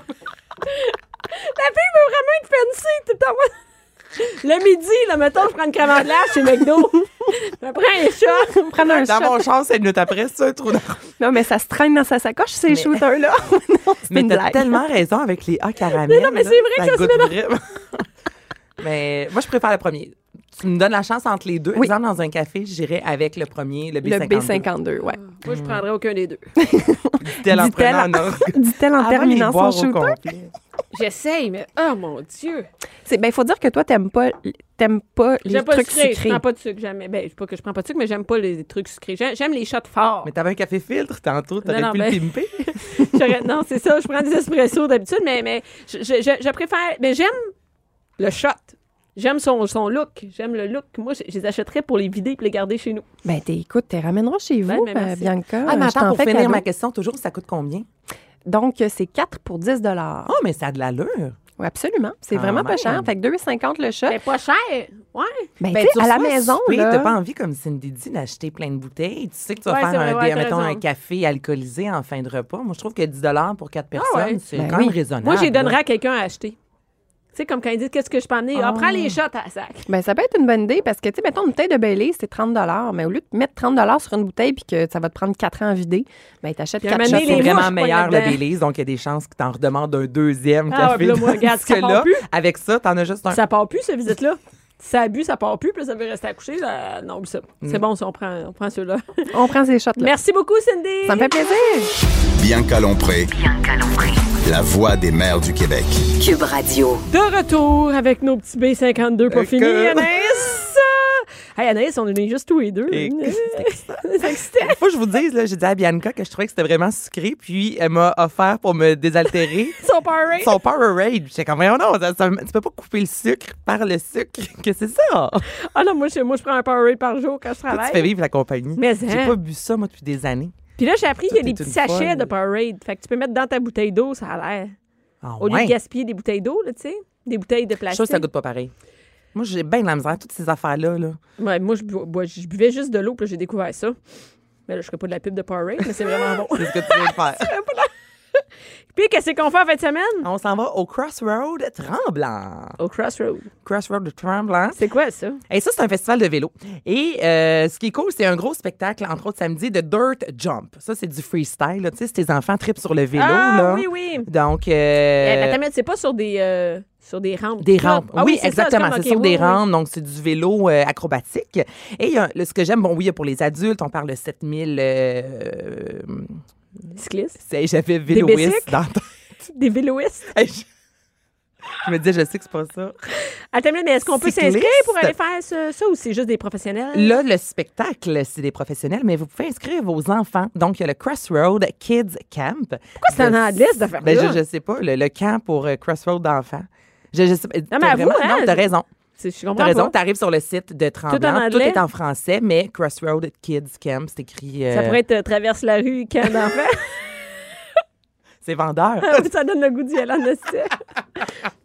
C: La fille veut vraiment être fancy tout le temps. Le midi, là, mettons, je prends une crème en glace chez McDo. Je me prends un shot.
D: Prendre un
E: Dans
D: shot.
E: mon champ, c'est une minute après, c'est un trou normal.
D: Non, mais ça se traîne dans sa sacoche, ces shooters-là. non, c'est
E: Mais
D: une
E: t'as
D: blague.
E: tellement raison avec les A caramel.
C: Non, non, mais
E: là,
C: c'est vrai que ça se
E: goûte
C: met dans-
E: vraiment. Mais moi, je préfère le premier. Tu me donnes la chance entre les deux.
D: Oui.
E: Exemple, dans un café, j'irai avec le premier, le
D: Le
E: B52.
D: B52, ouais.
C: Moi, je prendrais aucun des deux.
E: Tel en
D: Dit-elle
E: prenant
D: en,
E: un autre.
D: dit-elle en
E: Avant de les
D: terminant son
E: boire au
D: shooter.
E: complet.
C: J'essaye, mais oh mon Dieu.
D: Il ben, faut dire que toi, t'aimes pas, t'aimes pas les
C: J'aime pas le
D: trucs
C: sucré. Je
D: sucrés.
C: prends pas de sucre jamais. Ben, je sais pas que je prends pas de sucre, mais j'aime pas les trucs sucrés. J'ai- J'aime les shots forts.
E: Mais t'avais un café filtre tantôt, t'aurais
C: Non, non,
E: pu
C: mais-
E: le pimper.
C: J'aurais- non, c'est ça. Je prends des espressos d'habitude, mais, mais je, je- je- je préfère. Mais j'aime le shot. J'aime son, son look. J'aime le look. Moi, je, je les achèterais pour les vider et les garder chez nous.
D: Ben, t'es- écoute, t'es ramèneras chez
C: Ben,
D: vous,
C: mais
D: euh,
C: merci.
D: Bianca.
E: Ah, mais
D: Je t'en
E: attends, pour
D: fais
E: finir
D: cadeau.
E: ma question, toujours, ça coûte combien?
D: Donc, euh, c'est 4 pour 10 dollars.
E: Ah, mais ça a de l'allure.
D: Oui, absolument. C'est
E: Quand
D: vraiment pas
E: même.
D: cher. Fait que 2,50 le shot.
C: Mais pas cher. Ah, Ouais.
D: Ben,
E: Ben,
D: tu sais,
E: tu
D: à la
E: reçois un
D: maison,
E: souper,
D: là.
E: T'as pas envie, comme Cindy dit, d'acheter plein de bouteilles. Tu sais que tu vas
C: Ouais, c'est
E: faire
C: vrai,
E: un,
C: ouais,
E: dé-
C: t'as
E: mettons,
C: raison.
E: un café alcoolisé en fin de repas. Moi, je trouve que 10 pour 4 personnes,
C: Ah ouais.
E: c'est
D: Ben
E: quand
D: oui.
E: même raisonnable.
C: Moi, je les donnerais
E: là.
C: à quelqu'un à acheter. Tu sais, comme quand ils disent qu'est-ce que je peux amener. Ah, prends les shots à la sac.
D: Ben, ça peut être une bonne idée parce que, tu sais, mettons, une bouteille de Bailey, c'est 30 Mais au lieu de mettre 30 sur une bouteille puis que ça va te prendre 4 ans à vider, ben, t'achètes
C: Puis à
D: 4
C: un
D: shots.
C: moment
E: Ça,
C: donné,
E: C'est
C: les
E: vraiment
C: mouches
E: meilleur, le
C: pognent dedans.
E: Baileys, donc il y a des chances que t'en redemandes un deuxième
C: Ah,
E: café.
C: puis là, moi, regarde, ça
E: Parce que
C: part
E: là,
C: plus.
E: avec ça, t'en as juste un.
C: Ça part plus, cette visite-là. Si ça abuse, ça part plus, puis ça veut rester accouché. là, non, oublie ça. C'est bon, si on prend, on prend ceux-là.
D: On prend ces shots-là.
C: Merci beaucoup, Cindy.
D: Ça me fait plaisir.
B: Bianca Lompré,
A: Bianca Lompré.
B: la voix des mères du Québec.
A: Cube Radio.
C: De retour avec nos petits B52 pas
E: Euh,
C: finis,
E: que-
C: Anaïs. Hey, Anaïs, on en est juste tous les deux.
E: Et-
C: C'est excitant. C'est excitant.
E: Faut que je vous dise, là, j'ai dit à Bianca que je trouvais que c'était vraiment sucré, puis elle m'a offert pour me désaltérer
C: Son Powerade.
E: son Powerade. J'étais comme, voyons non, ça- ça- tu peux pas couper le sucre par le sucre. Que c'est ça?
C: Ah non, moi je, moi, je prends un Powerade par jour quand je
E: Tu
C: travaille.
E: fais vivre la compagnie.
C: Mais, hein.
E: J'ai pas bu ça, moi, depuis des années.
C: Puis là, j'ai appris qu'il y a
E: Tout
C: des
E: est
C: petits
E: une
C: sachets
E: folle.
C: de Powerade. Fait que tu peux mettre dans ta bouteille d'eau, ça a l'air.
E: Ah,
C: Au lieu
E: ouais.
C: de gaspiller des bouteilles d'eau, là, tu sais. Des bouteilles de
E: Je
C: plastique.
E: trouve que ça goûte pas pareil. Moi, j'ai bien de la misère, toutes ces affaires-là. Là.
C: Ouais, moi, je, bu- bois- je buvais juste de l'eau, puis là, j'ai découvert ça. Mais là, je ferai pas de la pub de Powerade, mais c'est vraiment Ah bon.
E: C'est ce que tu veux faire.
C: Puis, qu'est-ce qu'on fait en fin de semaine?
E: On s'en va au Crossroad Tremblant.
C: Au Crossroad.
E: Crossroad Tremblant.
C: C'est quoi ça?
E: Et ça, c'est un festival de vélo. Et euh, ce qui est cool, c'est un gros spectacle, entre autres samedi, de Dirt Jump. Ça, c'est du freestyle. là. Tu sais, si tes enfants tripent sur le vélo.
C: ah,
E: là.
C: oui, oui.
E: Donc, euh,
C: Eh, ben, attends, mais c'est pas sur des, euh, sur des rampes.
E: des rampes.
C: Ah
E: oui,
C: c'est ça,
E: exactement.
C: comme-
E: C'est
C: ok,
E: sur
C: oui,
E: des
C: oui.
E: rampes, donc c'est du vélo euh, acrobatique. Et il y a- le- ce que j'aime, bon, oui, il y a pour les adultes, on parle de 7000. euh,
C: Cyclistes.
E: c'est- J'avais véloïste
C: bicycles?
E: dans ta-
C: Des véloistes.
E: Hey, je... je me disais, je sais que c'est pas ça.
C: Attends, mais est-ce qu'on peut
E: Cycliste.
C: s'inscrire pour aller faire ce- ça ou c'est juste des professionnels?
E: Là, le spectacle, c'est des professionnels, mais vous pouvez inscrire vos enfants. Donc, il y a le Crossroad Kids Camp. Pourquoi
C: c'est en anglais, cette affaire-là?
E: Ben, je, je sais pas, le, le camp pour euh, Crossroad d'enfants. Je, je sais pas.
C: mais
E: t'as
C: avoue,
E: vraiment-
C: hein,
E: non, t'as raison.
C: C'est- Je comprends
E: T'as
C: pas.
E: raison, t'arrives sur le site de Tremblant.
C: anglais?
E: est en français, mais Crossroad Kids Camp, c'est écrit. euh,
C: Ça pourrait être euh, traverse la rue, camp d'enfants.
E: C'est vendeur.
C: ça donne le goût d'y aller en esti.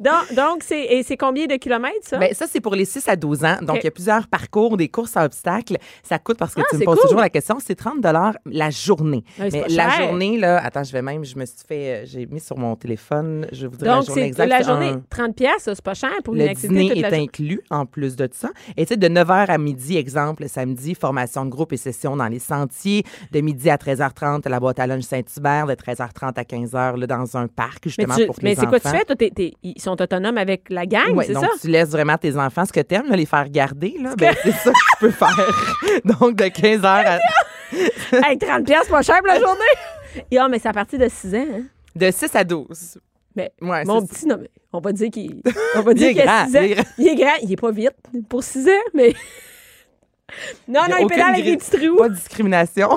C: Donc, donc c'est, et c'est combien de kilomètres, ça?
E: Ben, ça, c'est pour les 6 à 12 ans. Donc, il
C: Ok.
E: y a plusieurs parcours, des courses à obstacles. Ça coûte, parce que
C: Ah,
E: tu me
C: c'est
E: poses
C: cool.
E: toujours la question, c'est 30 la journée.
C: Ah oui, c'est
E: Mais
C: pas
E: la
C: cher.
E: journée, là, attends, je vais même, je me suis fait, euh, j'ai mis sur mon téléphone, je vous dirai
C: donc,
E: la journée
C: c'est
E: exacte.
C: la
E: c'est
C: journée,
E: un-
C: 30 pièces, c'est pas cher pour une
E: Le
C: activité
E: dîner
C: toute
E: est
C: la journée.
E: inclus en plus de ça. Et tu sais, de 9h à midi, exemple, samedi, formation de groupe et session dans les sentiers. De midi à 13h30, la boîte à lunch Saint-Hubert. De 13h30 à 15h, là, dans un parc,
C: Mais,
E: justement,
C: tu-
E: pour que
C: mais
E: les
C: c'est quoi tu
E: enfants-
C: fais? Toi, t'es- t'es- ils sont autonomes avec la gang,
E: Ouais,
C: c'est
E: donc
C: ça?
E: tu laisses vraiment tes enfants ce que t'aimes, là, les faire garder. Là, ben, c'est ça que tu peux faire. Donc de 15h à...
C: Hey, 30 pièces, pas cher pour la journée! Et ah, mais c'est à partir de 6 ans, hein?
E: de 6 à 12.
C: Mais
E: Ouais,
C: Ben, mon
E: c'est-
C: petit, non, mais on va dire qu'il on va dire
E: est
C: qu'il a
E: grand,
C: 6 ans.
E: il est grand.
C: Il est grand, il est pas vite pour 6 ans, mais. Non,
E: y a
C: non, il
E: aucune
C: pédale avec
E: gri-
C: des petits trous.
E: Pas de discrimination.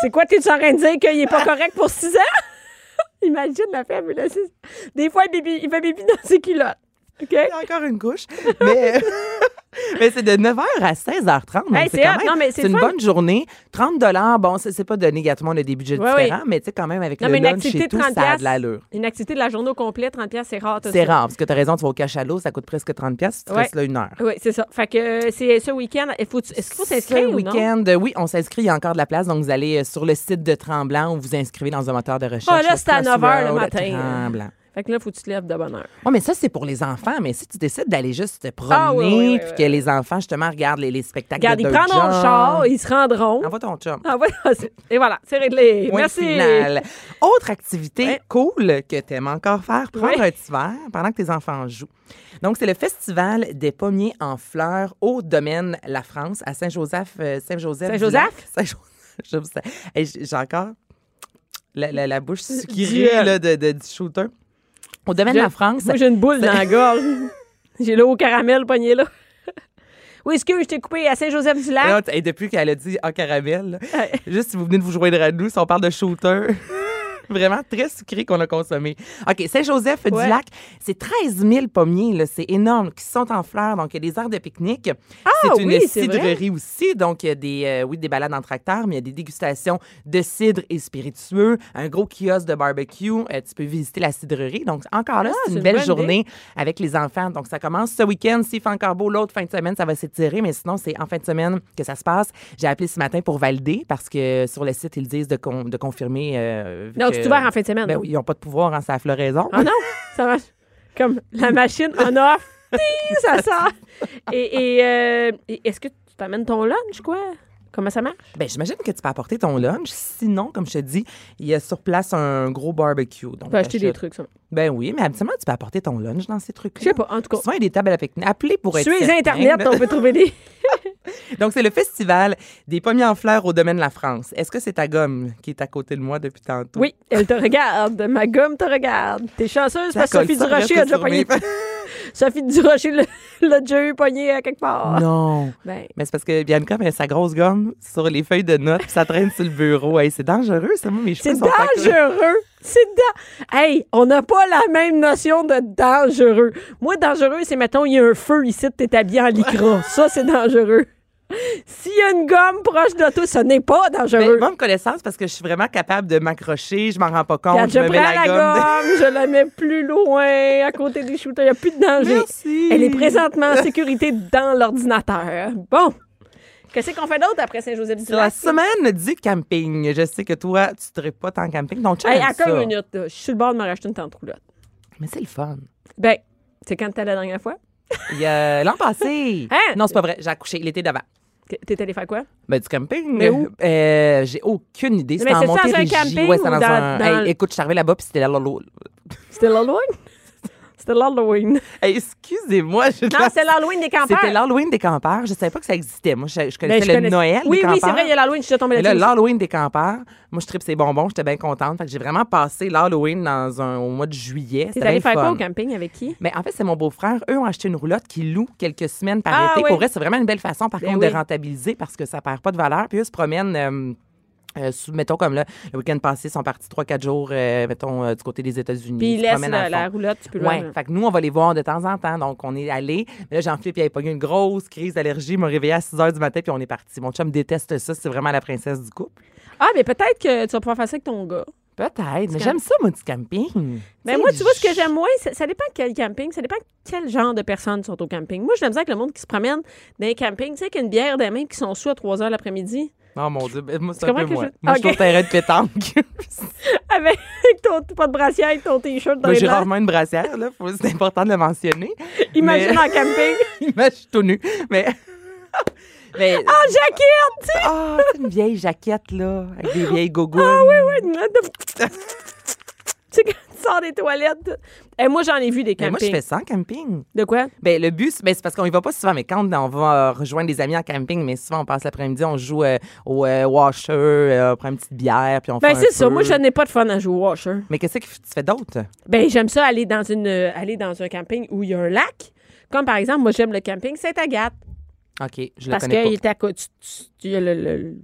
C: C'est quoi, t'es-tu en train de dire qu'il est pas correct pour 6 ans? Imagine la femme, là. c'est- Des fois, il, bibi- il fait bibi dans ses culottes. OK?
E: Il y a encore une couche. Mais, mais c'est de 9h à 16h30. donc
C: Hey,
E: c'est
C: c'est
E: quand
C: hot.
E: même-
C: Non, mais c'est
E: c'est une
C: le fun.
E: bonne journée. 30 bon, c'est c'est pas donné. Gâtement, on a des budgets
C: Ouais,
E: différents, mais tu sais, quand même, avec
C: Non,
E: le
C: mais une
E: lunch
C: activité
E: et
C: de
E: tout,
C: 30
E: ça a de
C: piastres,
E: l'allure.
C: Une activité de la journée au complet, 30 piastres, c'est rare. t'as
E: C'est
C: ça.
E: rare, parce que t'as raison, tu vas au cachalot, ça coûte presque 30 piastres, tu te
C: Ouais.
E: restes là une heure.
C: Oui, c'est ça. Fait que euh, c'est ce week-end. il faut- Est-ce qu'il faut
E: Ce
C: s'inscrire ou non?
E: week-end, euh, oui, on s'inscrit, il y a encore de la place. Donc, vous allez euh, sur le site de Tremblant ou vous inscrivez dans un moteur de recherche.
C: Ah, là, c'est à 9h le
E: Crossroad
C: matin.
E: Tremblant.
C: Fait que là, faut que tu te lèves de bonne heure.
E: Oui, mais ça, c'est pour les enfants. Mais si tu décides d'aller juste te promener,
C: Ah, oui, oui, oui,
E: puis
C: oui,
E: que les enfants, justement, regardent les, les spectacles
C: Regarde,
E: de
C: ils
E: Dirk
C: prendront le
E: Jump.
C: char, ils se rendront.
E: Envoie ton chum.
C: Ah, voilà, c'est- et voilà, c'est réglé.
E: Point
C: Merci.
E: final. Autre activité
C: Ouais.
E: cool que tu aimes encore faire, prendre
C: Ouais.
E: un petit verre pendant que tes enfants jouent. Donc, c'est le Festival des pommiers en fleurs au domaine La France à Saint-Joseph. euh, Saint-Joseph.
C: Saint-Joseph?
E: Saint-Joseph. Je vous- Hey, j- J'ai encore la, la- la bouche sucrée
C: Dieu.
E: là, de, de- du shooter. Au domaine
C: Je-
E: La France.
C: Moi, j'ai une boule dans la gorge. j'ai le haut caramel pogné là. Oui, excuse, je t'ai coupé à Saint-Joseph-du-Lac.
E: Et depuis qu'elle a dit en caramel, là, juste si vous venez de vous joindre à nous, si on parle de shooter. Vraiment très sucré qu'on a consommé. OK,
C: Ouais.
E: Saint-Joseph-du-Lac, c'est 13 000 pommiers, là, c'est énorme, qui sont en fleurs. Donc, il y a des aires de pique-nique. c'est une
C: Ah oui, c'est
E: cidrerie aussi. Donc, il y a des, euh, oui, des balades en tracteur, mais il y a des dégustations de cidre et spiritueux, un gros kiosque de barbecue. Euh, tu peux visiter la cidrerie. Donc, encore là,
C: Ah, c'est
E: c'est une
C: une
E: belle
C: bonne
E: journée avec les enfants. Donc, ça commence ce week-end. S'il fait encore beau, l'autre fin de semaine, ça va s'étirer. Mais sinon, c'est en fin de semaine que ça se passe. J'ai appelé ce matin pour valider parce que sur le site, ils disent de, con- de confirmer. euh, vu
C: Donc,
E: que-
C: c'est ouvert en fin de semaine.
E: Ben oui, ils n'ont pas de pouvoir en sa floraison.
C: Ah non, ça marche. Comme la machine en off. Ting, ça sort. Et, et, euh, et est-ce que tu t'amènes ton lunch, quoi? Comment ça marche?
E: Ben, j'imagine que tu peux apporter ton lunch. Sinon, comme je te dis, il y a sur place un gros barbecue. Donc,
C: Tu peux acheter des
E: t'achètes-
C: trucs, ça.
E: Ben oui, mais habituellement, tu peux apporter ton lunch dans ces trucs-là.
C: Je sais pas, en tout cas.
E: Souvent, il y a des tables à pique-nique. Appelez pour être
C: Sur les
E: certain,
C: Internet,
E: là.
C: on peut trouver des.
E: Donc, c'est le festival des pommiers en fleurs au domaine de la France. Est-ce que c'est ta gomme qui est à côté de moi depuis tantôt?
C: Oui, elle te regarde. Ma gomme te regarde. T'es chanceuse
E: Ça
C: parce que
E: colle
C: Sophie
E: ça,
C: Durocher
E: reste
C: a déjà
E: sur mes-
C: pogné. Sophie Durocher l'a l'a déjà eu pogné à quelque part.
E: Non.
C: Ben,
E: Mais c'est parce que Bianca met sa grosse gomme sur les feuilles de notes, puis ça traîne sur le bureau. Hey, c'est dangereux, ça, moi, mes cheveux
C: c'est
E: sont pas clairs.
C: dangereux. C'est da... Hey, on n'a pas la même notion de dangereux. Moi, dangereux, c'est, mettons, il y a un feu ici, t'es habillé en lycra. Ça, c'est dangereux. S'il y a une gomme proche de toi, ce n'est pas dangereux.
E: Mais Ben, moi, me connaissance, parce que je suis vraiment capable de m'accrocher, je m'en rends pas compte,
C: Quand je
E: je me
C: prends
E: mets la,
C: la
E: gomme.
C: gomme, je la mets plus loin, à côté des shooters. Il n'y a plus de danger.
E: Merci.
C: Elle est présentement en sécurité dans l'ordinateur. Bon. Qu'est-ce qu'on fait d'autre après
E: La
C: Saint-Joseph-du-Lac?
E: semaine du camping. Je sais que toi, tu ne pas tant en camping, donc tu
C: Hey,
E: aimes
C: encore
E: ça.
C: une minute. là. Je suis sur le bord de me racheter une tente roulotte.
E: Mais c'est le fun.
C: Ben, c'est quand t'as la dernière fois?
E: Il y a- L'an passé.
C: Hein?
E: Non, c'est pas vrai. J'ai accouché l'été d'avant.
C: Que- T'es allé faire quoi?
E: Ben, du camping.
C: Mais où?
E: Euh, J'ai aucune idée. C'était
C: Mais
E: en
C: c'est ça, dans un
E: Montérégie.
C: camping
E: Ouais, c'était
C: ou
E: dans
C: dans-
E: un-
C: dans-
E: Hey, écoute, je suis arrivée là-bas, puis c'était la lolo.
C: C'était l'Halloween? C'était l'Halloween.
E: Hey, Excusez-moi. je-
C: Non, c'était l'Halloween des campeurs.
E: C'était l'Halloween des campeurs. Je savais pas que ça existait. Moi, je, je connaissais
C: Ben, je
E: le
C: connais-
E: Noël
C: Oui,
E: des campeurs.
C: oui, c'est vrai, il y a l'Halloween, je suis tombée
E: Mais là,
C: là-dessus.
E: l'Halloween des campeurs, moi, je tripe ces bonbons, j'étais bien contente. Fait que j'ai vraiment passé l'Halloween dans un, au mois de juillet.
C: T'es
E: C'était
C: allé
E: bien
C: faire quoi
E: fun.
C: au camping avec qui?
E: Mais en fait, c'est mon beau-frère. Eux ont acheté une roulotte qui loue quelques semaines par
C: Ah,
E: été.
C: oui.
E: Pour vrai, c'est vraiment une belle façon, par
C: Ben
E: contre,
C: oui.
E: de rentabiliser parce que ça perd pas de valeur. Puis eux se promènent. euh, euh, sous- mettons comme là, le week-end passé, ils sont partis 3-4 jours, euh, mettons, euh, du côté des États-Unis.
C: Puis
E: Ils
C: il
E: se
C: laisse euh,
E: promènent
C: la,
E: à
C: la
E: fond.
C: roulotte, tu peux
E: Ouais.
C: loin.
E: Fait que nous, on va les voir de temps en temps. Donc, on est allés. Mais là, Jean-Philippe, il avait pogné une grosse crise d'allergie. Il m'a réveillé à 6 h du matin, puis on est parti. Mon chum déteste ça. C'est vraiment la princesse du couple.
C: Ah, mais peut-être que tu vas pouvoir faire ça avec ton gars.
E: Peut-être. Mais j'aime ça, mon petit camping.
C: Mais
E: C'est
C: Ben, moi, tu vois, ce que
E: du-
C: j'aime moins, ça, ça dépend quel camping, ça dépend quel genre de personnes sont au camping. Moi, j'aime ça avec le monde qui se promène dans les campings, tu sais, avec une bière dans la main, qui sont sous à 3 h l'après-midi,
E: Oh mon Dieu. Ben, Moi, c'est
C: Tu
E: un peu
C: comprends que
E: moi.
C: je-
E: Moi, je suis
C: Ok.
E: au terrain de pétanque.
C: avec ton pas de brassière, avec ton t-shirt dans
E: Ben,
C: les
E: j'ai
C: mains.
E: rarement une brassière, là. Faut- C'est important de le mentionner.
C: Imagine
E: Mais-
C: en camping.
E: Imagine, je suis tout nu. Mais. Mais.
C: Ah, Jacqueline! tu sais,
E: Ah, c'est une vieille jaquette, là, avec des vieilles gougounes. Ah,
C: une lettre de- Tu sais, quand tu sors des toilettes. Et moi, j'en ai vu des
E: Mais moi, je
C: campings.
E: fais ça en camping.
C: De quoi?
E: Ben, le bus, ben, c'est parce qu'on y va pas souvent, mais quand on va euh, rejoindre des amis en camping, mais souvent on passe l'après-midi, on joue euh, au euh, washer, euh, on prend une petite bière, puis on
C: Ben,
E: fait un
C: c'est ça.
E: feu.
C: Moi, je n'ai pas de fun à jouer au washer.
E: Mais qu'est-ce que tu fais d'autre?
C: Ben, j'aime ça aller dans, une, euh, aller dans un camping où il y a un lac. Comme par exemple, moi, j'aime le camping Sainte-Agathe.
E: OK, je le
C: Parce
E: connais pas.
C: qu'il était à côté. Il y a le. le- le-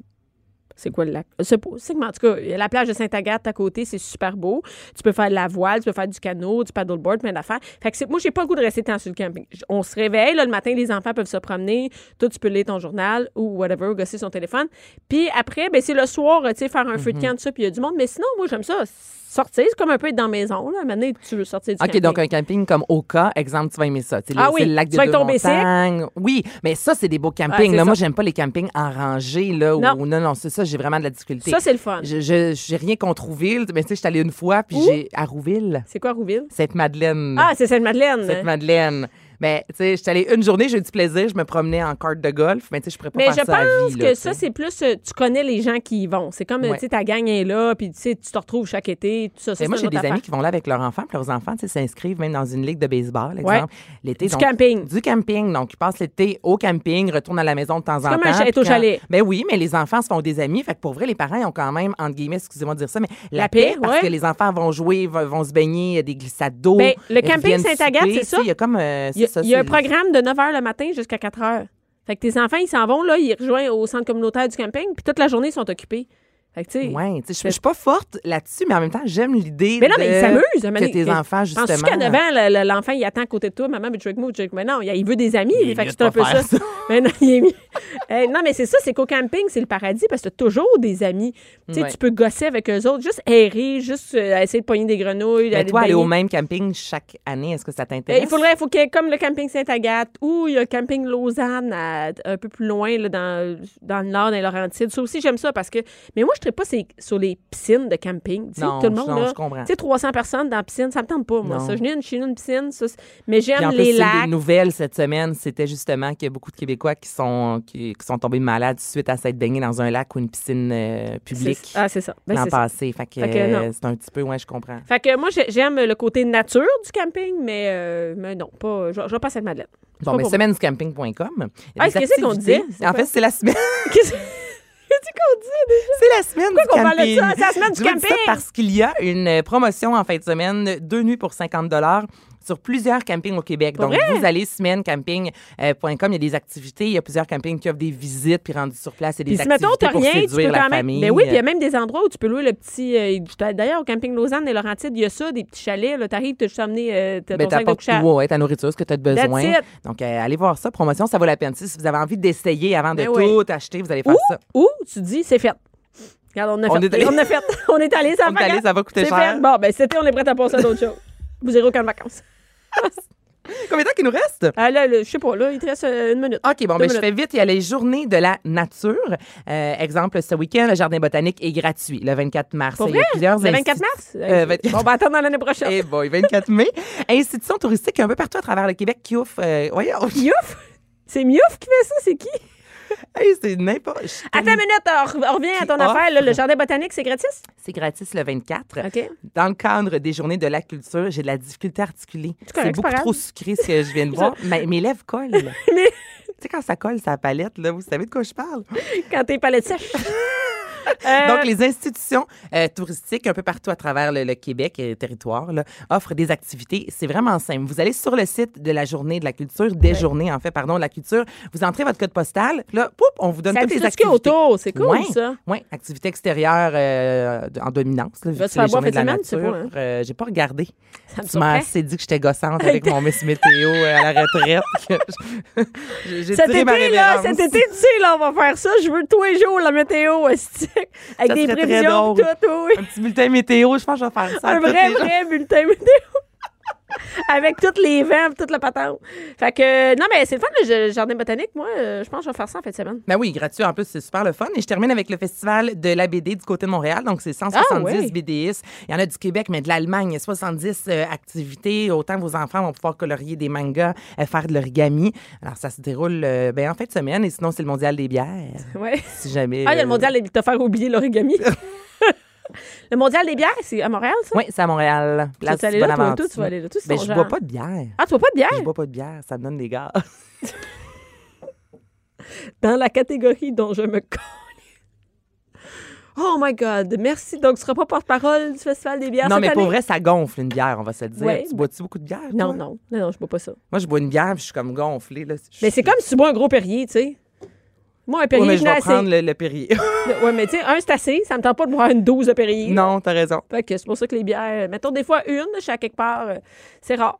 C: c'est quoi le lac? Je sais pas. C'est que, mais en tout cas, il y a la plage de Sainte-Agathe à côté, c'est super beau. Tu peux faire de la voile, tu peux faire du canot, du paddleboard, plein d'affaires. Fait que c'est- moi, j'ai pas le goût de rester tant sur le camping. J- On se réveille, là, le matin, les enfants peuvent se promener. Toi, tu peux lire ton journal ou whatever, gosser son téléphone. Puis après, ben, c'est le soir, tu sais, faire un
E: Mm-hmm.
C: feu de camp, tout ça, puis il y a du monde. Mais sinon, moi, j'aime ça. Sortir, c'est comme un peu être dans la maison, là. Maintenant, tu veux sortir du
E: OK,
C: camping.
E: donc un camping comme Oka, exemple, tu vas aimer ça. C'est le,
C: Ah oui,
E: c'est le lac
C: tu
E: de
C: vas
E: deux
C: tomber sec.
E: montagnes. Oui, mais ça, c'est des beaux
C: Ah,
E: campings.
C: c'est
E: là. Moi,
C: ça.
E: j'aime pas les campings en rangée. Là, où-
C: Non.
E: non. non, c'est ça, j'ai vraiment de la difficulté.
C: Ça, c'est le fun.
E: Je je- j'ai rien contre Rouville, mais tu sais, je suis allée une fois, puis
C: Où?
E: j'ai à Rouville,
C: C'est quoi, Rouville?
E: Sainte-Madeleine.
C: Ah, c'est Sainte-Madeleine.
E: Mm. Sainte-Madeleine. Mais tu sais, j'étais allée une journée, j'ai eu du plaisir, je me promenais en carte de golf, mais tu sais, je pourrais pas
C: Mais
E: faire
C: je
E: ça à la
C: pense
E: vie,
C: que
E: là, tu
C: ça,
E: sais.
C: c'est plus, euh, tu connais les gens qui y vont. C'est comme, euh,
E: Ouais.
C: tu sais, ta gang est là, puis tu sais, tu te retrouves chaque été, tout ça. ça
E: Mais moi,
C: c'est
E: j'ai
C: une
E: des
C: autre
E: amis
C: affaire.
E: qui vont là avec leurs enfants, puis leurs enfants tu sais, s'inscrivent même dans une ligue de baseball,
C: Ouais.
E: exemple. L'été,
C: Du
E: donc,
C: camping.
E: Du camping. Donc, ils passent l'été au camping, retournent à la maison de temps en temps.
C: comme un
E: puis
C: chalet- au
E: quand-
C: chalet.
E: Ben oui, mais les enfants se font des amis. Fait que pour vrai, les parents ils ont quand même, entre guillemets, excusez-moi de dire ça, mais la,
C: La
E: paix,
C: paix,
E: parce
C: ouais.
E: que les enfants vont jouer, vont, vont se baigner, il y a des glissades d'eau.
C: Ben, le
E: ils
C: camping
E: viennent
C: Sainte-Agathe,
E: souper,
C: c'est
E: tu sais,
C: ça?
E: Il y a comme. euh, c'est
C: Il y a,
E: ça,
C: il y a un
E: c'est-
C: programme de 9 h le matin jusqu'à 4 h. Fait que tes enfants, ils s'en vont, là, ils rejoignent au centre communautaire du camping, puis toute la journée, ils sont occupés. Fait que, tu sais.
E: Ouais, tu sais, je je suis pas forte là-dessus, mais en même temps, j'aime l'idée.
C: Mais non, mais
E: de-
C: ils s'amusent. à
E: Que
C: mener-
E: tes enfants, justement. euh,
C: Penses-tu qu'à 9 ans, le- le- l'enfant, il attend à côté de toi, maman, mais tu joues avec moi, tu joues avec moi. Non, il il veut des amis.
E: Il est
C: fait
E: mieux
C: que
E: de
C: c'est un peu
E: pas
C: ça.
E: faire ça.
C: Mais non, il est mieux. Euh, non, mais c'est ça, c'est qu'au camping, c'est le paradis parce que t'as toujours des amis. Tu sais,
E: Ouais.
C: Tu peux gosser avec eux autres, juste errer, juste euh, essayer de pogner des grenouilles.
E: Mais
C: aller te
E: ben, toi, aller au
C: baigner.
E: même camping chaque année, est-ce que ça
C: Euh,
E: t'intéresse?
C: Il faudrait, il faut qu'il y ait comme le camping Sainte-Agathe ou il y a le camping Lausanne à- un peu plus loin, là, dans, dans le nord, dans les Laurentides. Ça aussi, j'aime ça parce que. Mais moi, je ne pas ces- sur les piscines de camping. Tu sais,
E: Non,
C: tout le
E: je-
C: monde,
E: non,
C: là,
E: je comprends.
C: Tu sais, 300 personnes dans la piscine, ça me tente pas, moi.
E: Non.
C: Ça, je n'ai une, chez nous une piscine. ça, c'est- mais
E: Puis en
C: j'aime
E: plus,
C: les
E: une
C: lacs.
E: des nouvelles cette semaine, c'était justement qu'il y a beaucoup de Québécois qui sont, qui, qui sont tombés malades suite à s'être baignés dans un lac ou une piscine euh, publique
C: C'est- Ah, c'est ça. Ben,
E: l'an
C: c'est ça.
E: passé. Fait que,
C: Fait que
E: euh,
C: non.
E: c'est un petit peu, ouais, je comprends.
C: Fait que moi, j'ai- j'aime le côté nature du camping, mais, euh, mais non, pas. Je, je vais pas à Sainte-Madeleine. C'est
E: Bon,
C: pas
E: mais
C: pour
E: semaine-du-camping.com.
C: Ah, qu'est-ce qu'on disait? C'est
E: En
C: quoi?
E: fait, c'est la semaine.
C: moi. Qu'est-ce qu'est-ce qu'on dit déjà?
E: C'est la semaine
C: Pourquoi
E: du
C: qu'on parle de
E: camping.
C: ça? C'est la semaine du
E: Je vous dis ça
C: camping.
E: euh, parce qu'il y a une promotion en fin de semaine, deux nuits pour 50 sur plusieurs campings au Québec.
C: Pour
E: Donc,
C: vrai?
E: vous allez semaine-camping.com, il y a des activités, il y a plusieurs campings qui offrent des visites, puis rendus sur place, et des
C: Puis si
E: activités
C: mettons, t'as
E: pour
C: rien, tu
E: séduire
C: peux
E: la
C: quand même.
E: famille.
C: Ben oui, puis il y a même des endroits où tu peux louer le petit. euh, du- D'ailleurs, au camping Lausanne et Laurentides, il y a ça, des petits chalets. Là, t'arrives, t'as juste amené euh, t'as
E: Ben,
C: ton sac de
E: t'apportes
C: couchage.
E: tout, ouais, ta nourriture, ce que tu as besoin.
C: That's it.
E: Donc, euh, allez voir ça. Promotion, ça vaut la peine. Si vous avez envie d'essayer avant de
C: Ben oui.
E: tout acheter, vous allez faire
C: Ou,
E: ça.
C: ou tu dis, c'est fait. Regarde, on a
E: On
C: fait.
E: est allé-
C: On a fait. On est allé, ça
E: On est
C: va.
E: allé, ça va coûter
C: C'est
E: cher.
C: fait. Bon, ben, c'était, on est prêt à passer à d'autres choses. Vous irez aucune vacances.
E: Combien de temps qu'il nous reste?
C: Ah, là, là, je sais pas, là, il te reste euh, une minute.
E: OK, bon,
C: Deux
E: ben, je
C: minutes.
E: fais vite. Il y a les journées de la nature. Euh, exemple, ce week-end, le jardin botanique est gratuit le 24 mars.
C: Pour
E: Il y a
C: vrai?
E: plusieurs
C: Le 24
E: instituts-
C: mars?
E: Euh, 24
C: Bon, ben, attends dans l'année prochaine.
E: Eh boy, 24 mai. Institutions touristiques un peu partout à travers le Québec qui offrent. euh, voyons.
C: Miouf? C'est Miouf qui fait ça? C'est qui?
E: Hey, c'est n'importe. je suis
C: Attends une
E: tellement-
C: minute, on re- on revient à
E: Qui Ah.
C: ton
E: offre?
C: affaire. là, le jardin botanique, c'est gratis?
E: C'est gratis le 24.
C: OK.
E: Dans le cadre des journées de la culture, j'ai de la difficulté à articuler.
C: correct,
E: C'est
C: c'est pas
E: beaucoup
C: grave.
E: trop sucré ce que je viens de voir. Ma- mes lèvres collent. tu sais, quand ça colle sa palette, là, vous savez de quoi je parle.
C: Quand t'es palette sèche. Euh,
E: Donc, les institutions euh, touristiques un peu partout à travers le, le Québec et le territoire là, offrent des activités. C'est vraiment simple. Vous allez sur le site de la journée de la culture, des journées, en fait, pardon, de la culture. Vous entrez votre code postal. puis Là, poup, on vous donne
C: Ça
E: toutes
C: dit
E: les
C: tout ce qu'il y
E: activités.
C: a autour. C'est cool, ça.
E: Oui, activités extérieures euh, de- en dominance. Là, vu
C: vas
E: que
C: te
E: c'est
C: faire
E: les
C: boire
E: journées de la
C: cette semaine, tu sais pas, hein?
E: nature. Euh, J'ai pas regardé.
C: Ça me
E: Tu m'as
C: surprend.
E: assez dit que j'étais gossante avec mon Miss Météo euh, à la retraite. que je- J'ai
C: Cet
E: tiré ma
C: été, là,
E: révérence.
C: cet été, tu sais, là, on va faire ça. Je veux tous les jours la météo, esti. avec
E: Ça
C: des
E: serait très
C: prévisions, pis
E: drôle. Ah,
C: tout, oui.
E: Un petit bulletin météo, je pense que je vais faire ça. à
C: Un
E: tous
C: vrai,
E: les jours.
C: vrai bulletin météo. Avec tous les vents, pis toute la patente. Fait que, euh, non, mais c'est le fun, le j- jardin botanique. Moi, euh, je pense que je vais faire ça en fin de semaine.
E: Ben oui, gratuit. En plus, c'est super le fun. Et je termine avec le festival de la BD du côté de Montréal. Donc, c'est 170
C: Ah ouais.
E: BDistes. Il y en a du Québec, mais de l'Allemagne. 70 euh, activités. Autant vos enfants vont pouvoir colorier des mangas, euh, faire de l'origami. Alors, ça se déroule euh, ben, en fin de semaine. Et sinon, c'est le mondial des bières.
C: Ouais.
E: Si jamais. euh,
C: Ah, il y a le mondial de te faire oublier l'origami. le mondial des bières, c'est à Montréal, ça?
E: Oui, c'est à Montréal.
C: Tu vas aller là, toi, toi, tu vas aller là. Toi, c'est
E: Ben,
C: ton
E: je
C: genre.
E: bois pas de bière.
C: Ah, tu vois pas de bière?
E: Je bois pas de bière. Ça me donne des gars.
C: dans la catégorie dont je me cogne. Oh my God, merci. Donc, tu seras pas porte-parole du Festival des bières
E: non,
C: cette
E: mais pour
C: année?
E: vrai, ça gonfle une bière, on va se le dire.
C: Ouais,
E: tu
C: ben-
E: bois-tu beaucoup de bière?
C: Non,
E: toi?
C: non, non, non, je bois pas ça.
E: Moi, je bois une bière, puis je suis comme gonflée. Là. Je-
C: Mais c'est comme si tu bois un gros Perrier, tu sais. Moi, un Perrier,
E: Ouais, mais je
C: je n'ai
E: vais
C: assez.
E: prendre le, le Perrier.
C: Ouais, mais tu sais, un, c'est assez. Ça me tente pas de boire une douze de Perrier.
E: non, t'as raison.
C: Fait que c'est pour ça que les bières, mettons des fois une, je suis à quelque part, euh, c'est rare.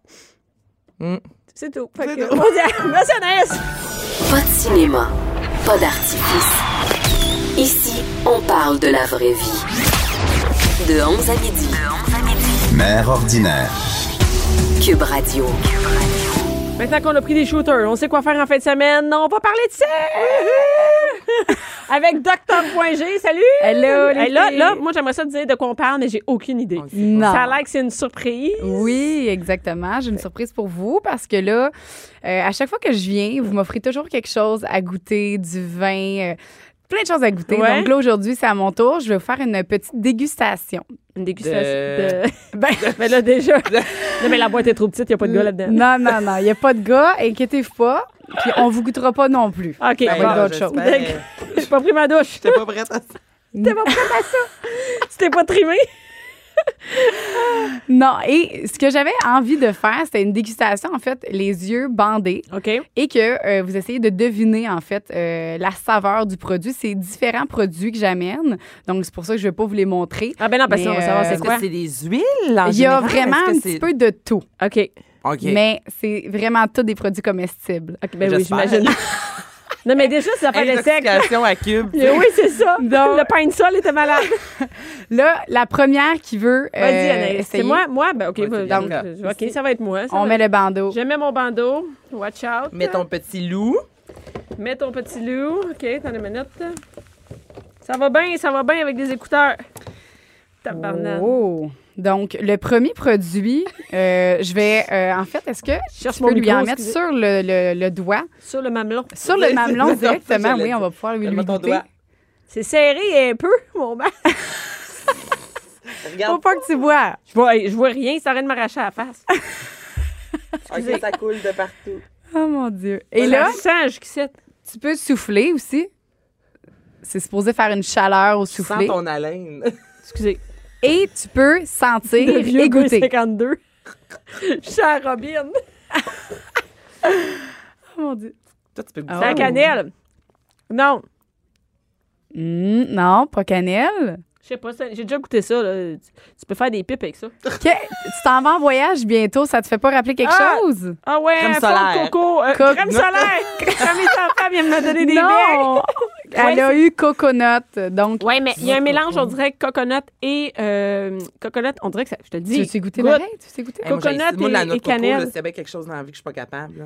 E: Mm.
C: C'est tout. Fait
E: C'est
C: que,
E: tout.
C: mon Dieu, merci Anaïs!
A: Pas de cinéma, pas d'artifice. Ici, on parle de la vraie vie. De 11 à midi.
B: Mère ordinaire.
A: Cube Radio.
C: Maintenant qu'on a pris des shooters, on sait quoi faire en fin de semaine. On va parler de ça! Avec Docteur.g. Salut!
D: Hello, les
C: Hey, là,
D: filles.
C: là, moi, j'aimerais ça te dire de quoi on parle, mais j'ai aucune idée.
F: Non.
C: Ça a l'air que c'est une surprise.
F: Oui, exactement. J'ai une surprise pour vous parce que là, euh, à chaque fois que je viens, vous m'offrez toujours quelque chose à goûter, du vin, euh, plein de choses à goûter.
C: Ouais.
F: Donc là, aujourd'hui, c'est à mon tour. Je vais vous faire une petite dégustation.
C: Une dégustation.
E: De-
C: de- mais là, déjà. non, mais la boîte est trop petite, il n'y a pas de gars là-dedans.
F: Non, non, non. Il n'y a pas de gars. Inquiétez-vous pas. Puis on vous goûtera pas non plus.
C: OK,
F: Ça va
C: bon.
F: être d'autres choses.
E: Ben, j'espère.
C: j'ai pas pris ma douche.
E: J'étais pas prête à ça.
C: T'es pas prête à ça? tu t'es pas trimé?
F: Non. Et ce que j'avais envie de faire, c'était une dégustation, en fait, les yeux bandés.
C: OK.
F: et que euh, vous essayez de deviner en fait euh, la saveur du produit. C'est différents produits que j'amène, donc c'est pour ça que je ne vais pas vous les montrer.
C: Ah, ben non, parce
F: Mais,
C: qu'on va savoir
F: euh,
C: c'est
E: Est-ce
C: quoi.
E: que c'est des huiles en
F: Il y a
E: général?
F: vraiment
E: Est-ce que
F: un
E: c'est-
F: petit peu de tout,
C: OK.
E: OK.
F: mais c'est vraiment tout des produits comestibles.
C: OK, ben oui,
E: J'espère.
C: j'imagine. non, mais déjà, ça fait le sec.
E: Intoxication à cube.
C: Mais Oui, c'est ça. le pain de sol était malade.
F: Là, la première qui veut euh,
C: Vas-y, Anaïs. C'est
F: essayer,
C: moi, moi, ben, OK,
E: Ouais,
C: bah,
E: c'est bien
C: donc,
E: là.
C: euh, OK, ça va être moi. ça
F: on
C: va
F: met
C: être-
F: le bandeau.
C: Je mets mon bandeau. Watch out.
E: Mets ton petit loup.
C: Mets ton petit loup. OK, attends une minute. Ça va bien, ça va bien avec des écouteurs. Tabarnak.
F: Oh. Donc, le premier produit, euh, je vais, euh, en fait, est-ce que
C: Je cherche
F: tu
C: mon
F: peux lui
C: micro,
F: en mettre
C: excusez.
F: sur le, le- le doigt,
C: Sur le mamelon.
F: sur le mamelon
E: Non, ça,
F: directement?
E: j'allais
F: Oui, on
E: dire.
F: va pouvoir lui, lui
E: Mets ton
F: goûter.
E: doigt.
C: C'est serré un peu, mon bain.
F: Faut
E: Regarde,
F: pas que tu bois.
C: Je vois, je vois rien, ça rien de m'arracher à la face.
E: OK, ça coule de partout.
F: Oh mon Dieu. Et là,
C: Ça sent jusqu'ici.
F: tu peux souffler aussi. C'est supposé faire une chaleur au
E: Sans
F: souffler.
E: ton haleine.
C: Excusez.
F: Et tu peux sentir
C: Le vieux
F: et goûter.
C: 52. Je suis à Robin.
F: Oh mon Dieu.
E: Toi, tu peux goûter.
F: Ah
C: C'est la
F: Oh.
C: cannelle. Non.
F: Hmm, non, pas cannelle.
C: Je sais pas, ça- j'ai déjà goûté ça. là. Tu tu peux faire des pipes avec ça.
F: Que- tu t'en vas en voyage bientôt, ça te fait pas rappeler quelque
C: Ah!
F: chose?
C: Ah ouais,
E: Crème
C: fond de
E: solaire.
C: coco. euh,
F: Co-
C: crème solaire. Comme les enfants viennent me donner des becs.
F: non! Elle a eu coconut, donc
C: Oui, mais il y a un mélange, on dirait coconut et euh, coconut, on dirait que ça, je te le
F: tu
C: dis.
F: veux-tu goûter
C: Goûte.
F: pareil? Tu veux goûter?
E: Hey, moi, j'ai-
C: coconut
E: moi, la
C: et-
E: noix de
C: et
E: coco, là,
C: cannelle.
E: C'est bien quelque chose dans la vie que je suis pas capable. là.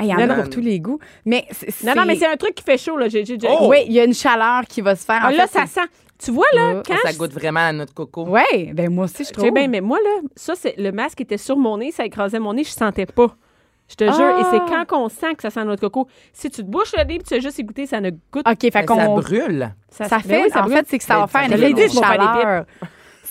F: Il y en
E: Non,
F: a
E: non.
F: pour tous les goûts. Mais c'est-
C: Non, non, mais c'est un truc qui fait chaud, là. J'ai, j'ai- j'ai-
E: Oh!
F: Oui, il y a une chaleur qui va se faire.
C: Ah,
F: En
C: là,
F: fait,
C: ça sent. Tu vois, là,
F: Ah,
C: quand.
E: Ça
C: je-
E: goûte vraiment à la noix de coco.
F: Oui, ben moi aussi, je trouve.
C: J'ai bien, mais moi, là, ça, c'est, le masque était sur mon nez, ça écrasait mon nez, je sentais pas. Je te jure, et
F: Ah!
C: c'est quand qu'on sent que ça sent notre coco. Si tu te bouches le nez puis tu as juste goûter, ça ne goûte pas.
F: OK, fait
E: Mais Ça
F: qu'on.
E: brûle.
F: Ça
C: ben
F: fait.
C: oui, ça
F: en
C: brûle.
F: fait, c'est que ça va
E: Ça
F: faire une
E: brûle.
F: effet de
E: Je
C: l'ai dit, je vais
F: chaleur.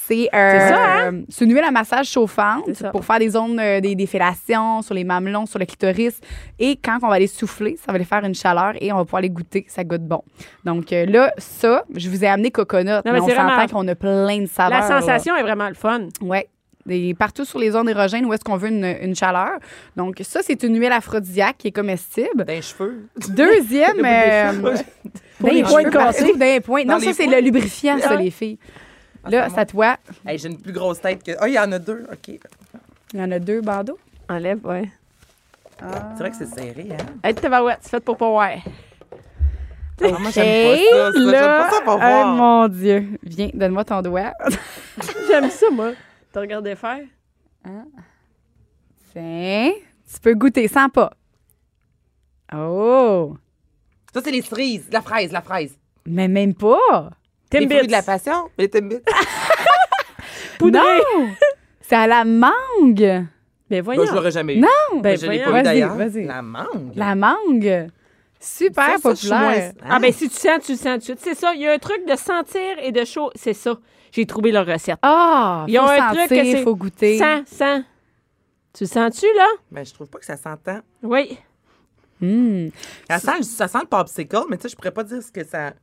F: C'est euh,
C: C'est ça, hein?
F: c'est une huile à massage chauffante
C: C'est ça.
F: pour faire des zones euh, des, des fellations sur les mamelons, sur le clitoris. Et quand on va les souffler, ça va les faire une chaleur et on va pouvoir les goûter. Ça goûte bon. Donc euh, là, ça, je vous ai amené coconut. mais,
C: mais
F: on
C: c'est vraiment-
F: s'entend qu'on a plein de saveurs.
C: La
F: là.
C: sensation est vraiment le fun.
F: Oui. partout sur les zones érogènes où est-ce qu'on veut une, une chaleur. Donc, ça, c'est une huile aphrodisiaque qui est comestible.
E: D'un cheveu.
F: Deuxième. euh,
C: Pour
F: dans
C: les
F: les
C: points
F: cheveux
C: cassés.
F: partout, dans les points.
E: Dans
F: Non,
E: les
F: ça, c'est
E: points.
F: le lubrifiant, ça, les filles. Là, ça te voit.
E: Hey, j'ai une plus grosse tête que. Ah, il y en a deux. OK.
F: Il y en a deux bandeaux.
C: Enlève, ouais.
E: C'est vrai que c'est serré, hein?
C: Hey, tabarouette, c'est fait pour pas voir.
E: Ah, moi, j'aime pas ça. ça. J'aime pas ça pour voir.
F: mon Dieu. Viens, donne-moi ton doigt.
C: J'aime ça, moi. T'as regardé faire?
F: Tiens, tu peux goûter sans pas. Oh,
E: Ça, c'est les cerises. La fraise, la fraise.
F: mais même pas.
E: Les fruits
C: Timbits.
E: de la passion. Les timbits.
F: Ah,
C: Poudré.
F: Non, c'est à la mangue.
C: Mais
E: Ben,
C: voyons.
E: je l'aurais jamais eu.
F: Non.
E: Ben,
C: Ben,
E: je l'ai
C: voyons.
E: pas eu
F: Vas-y,
E: d'ailleurs.
F: vas-y.
E: La mangue.
F: La mangue. Super
E: Ça, ça, je suis
F: populaire.
E: moins-
C: Ah ben si tu sens, tu le sens tout de suite. C'est ça, il y a un truc de sentir et de chaud, c'est ça. J'ai trouvé leur recette.
F: Ah,
C: Ils ont
F: faut
C: un truc que
F: sentir,
C: c'est-
F: faut goûter.
C: Sens, sens. Tu le sens-tu, là?
E: Ben, je trouve pas que ça s'entend.
C: Oui.
F: Hmm.
E: Ça sent, ça sent le popsicle, mais tu sais, je pourrais pas dire ce que
C: Euh,
E: ça.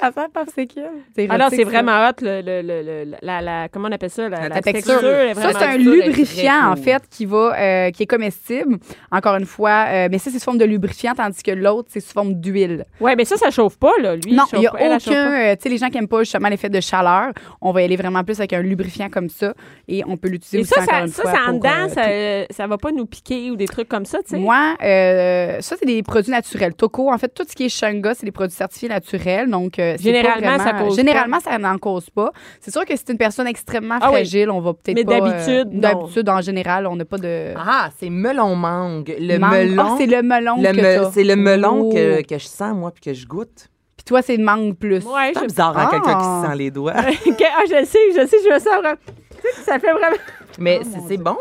F: Ça sent popsicle. C'est
C: Alors,
F: érotique,
C: Ah c'est
F: ça.
C: vraiment hot, le, le- le- le- la, la- comment on appelle ça? La,
E: La
F: la
E: texture.
F: texture.
C: est
F: Ça,
C: vraiment-
F: c'est un
E: texture est très
F: lubrifiant, en
E: cool.
F: fait, qui va, euh, qui est comestible, encore une fois. euh, mais ça, c'est sous forme de lubrifiant, tandis que l'autre, c'est sous forme d'huile.
C: Ouais, mais ça, ça chauffe pas, là. Lui,
F: non,
C: il
F: il
C: chauffe
F: n'y a
C: pas. Elle, elle chauffe
F: aucun...
C: pas.
F: euh, tu sais, les gens qui n'aiment pas justement l'effet de chaleur, on va y aller vraiment plus avec un lubrifiant comme ça. Et on peut l'utiliser
C: Et
F: aussi,
C: ça,
F: encore
C: ça,
F: une
C: ça,
F: fois,
C: ça, en
F: pour,
C: dedans,
F: euh,
C: ça, euh, ça va pas nous piquer ou des trucs comme ça, tu sais.
F: Moi, euh, ça, c'est des produits naturels. Toco, en fait, tout ce qui est Shanga, c'est des produits certifiés naturels. Donc, euh, c'est
C: Généralement,
F: pas vraiment-
C: ça cause
F: Généralement, ça n'en cause pas. C'est sûr que c'est une personne extrêmement
C: Ah oui.
F: fragile. On va peut-être
C: Mais
F: pas. euh,
C: d'habitude, non.
F: D'habitude, en général, on n'a pas de.
E: Ah, c'est melon mangue. Le
F: mangue.
E: melon.
F: Ah, c'est le melon
E: le
F: que
E: me-
F: t'as.
E: c'est le melon
F: Oh.
E: que, que je sens, moi, puis que je goûte.
F: Puis toi, c'est le mangue plus.
C: Ouais,
E: C'est
C: je...
E: bizarre, hein,
F: Ah.
E: quelqu'un qui sent les doigts.
C: Ok, ah, je le sais, je le sais, je me sens vraiment... Tu sais, ça fait vraiment... Oh,
E: Mais c'est- c'est bon.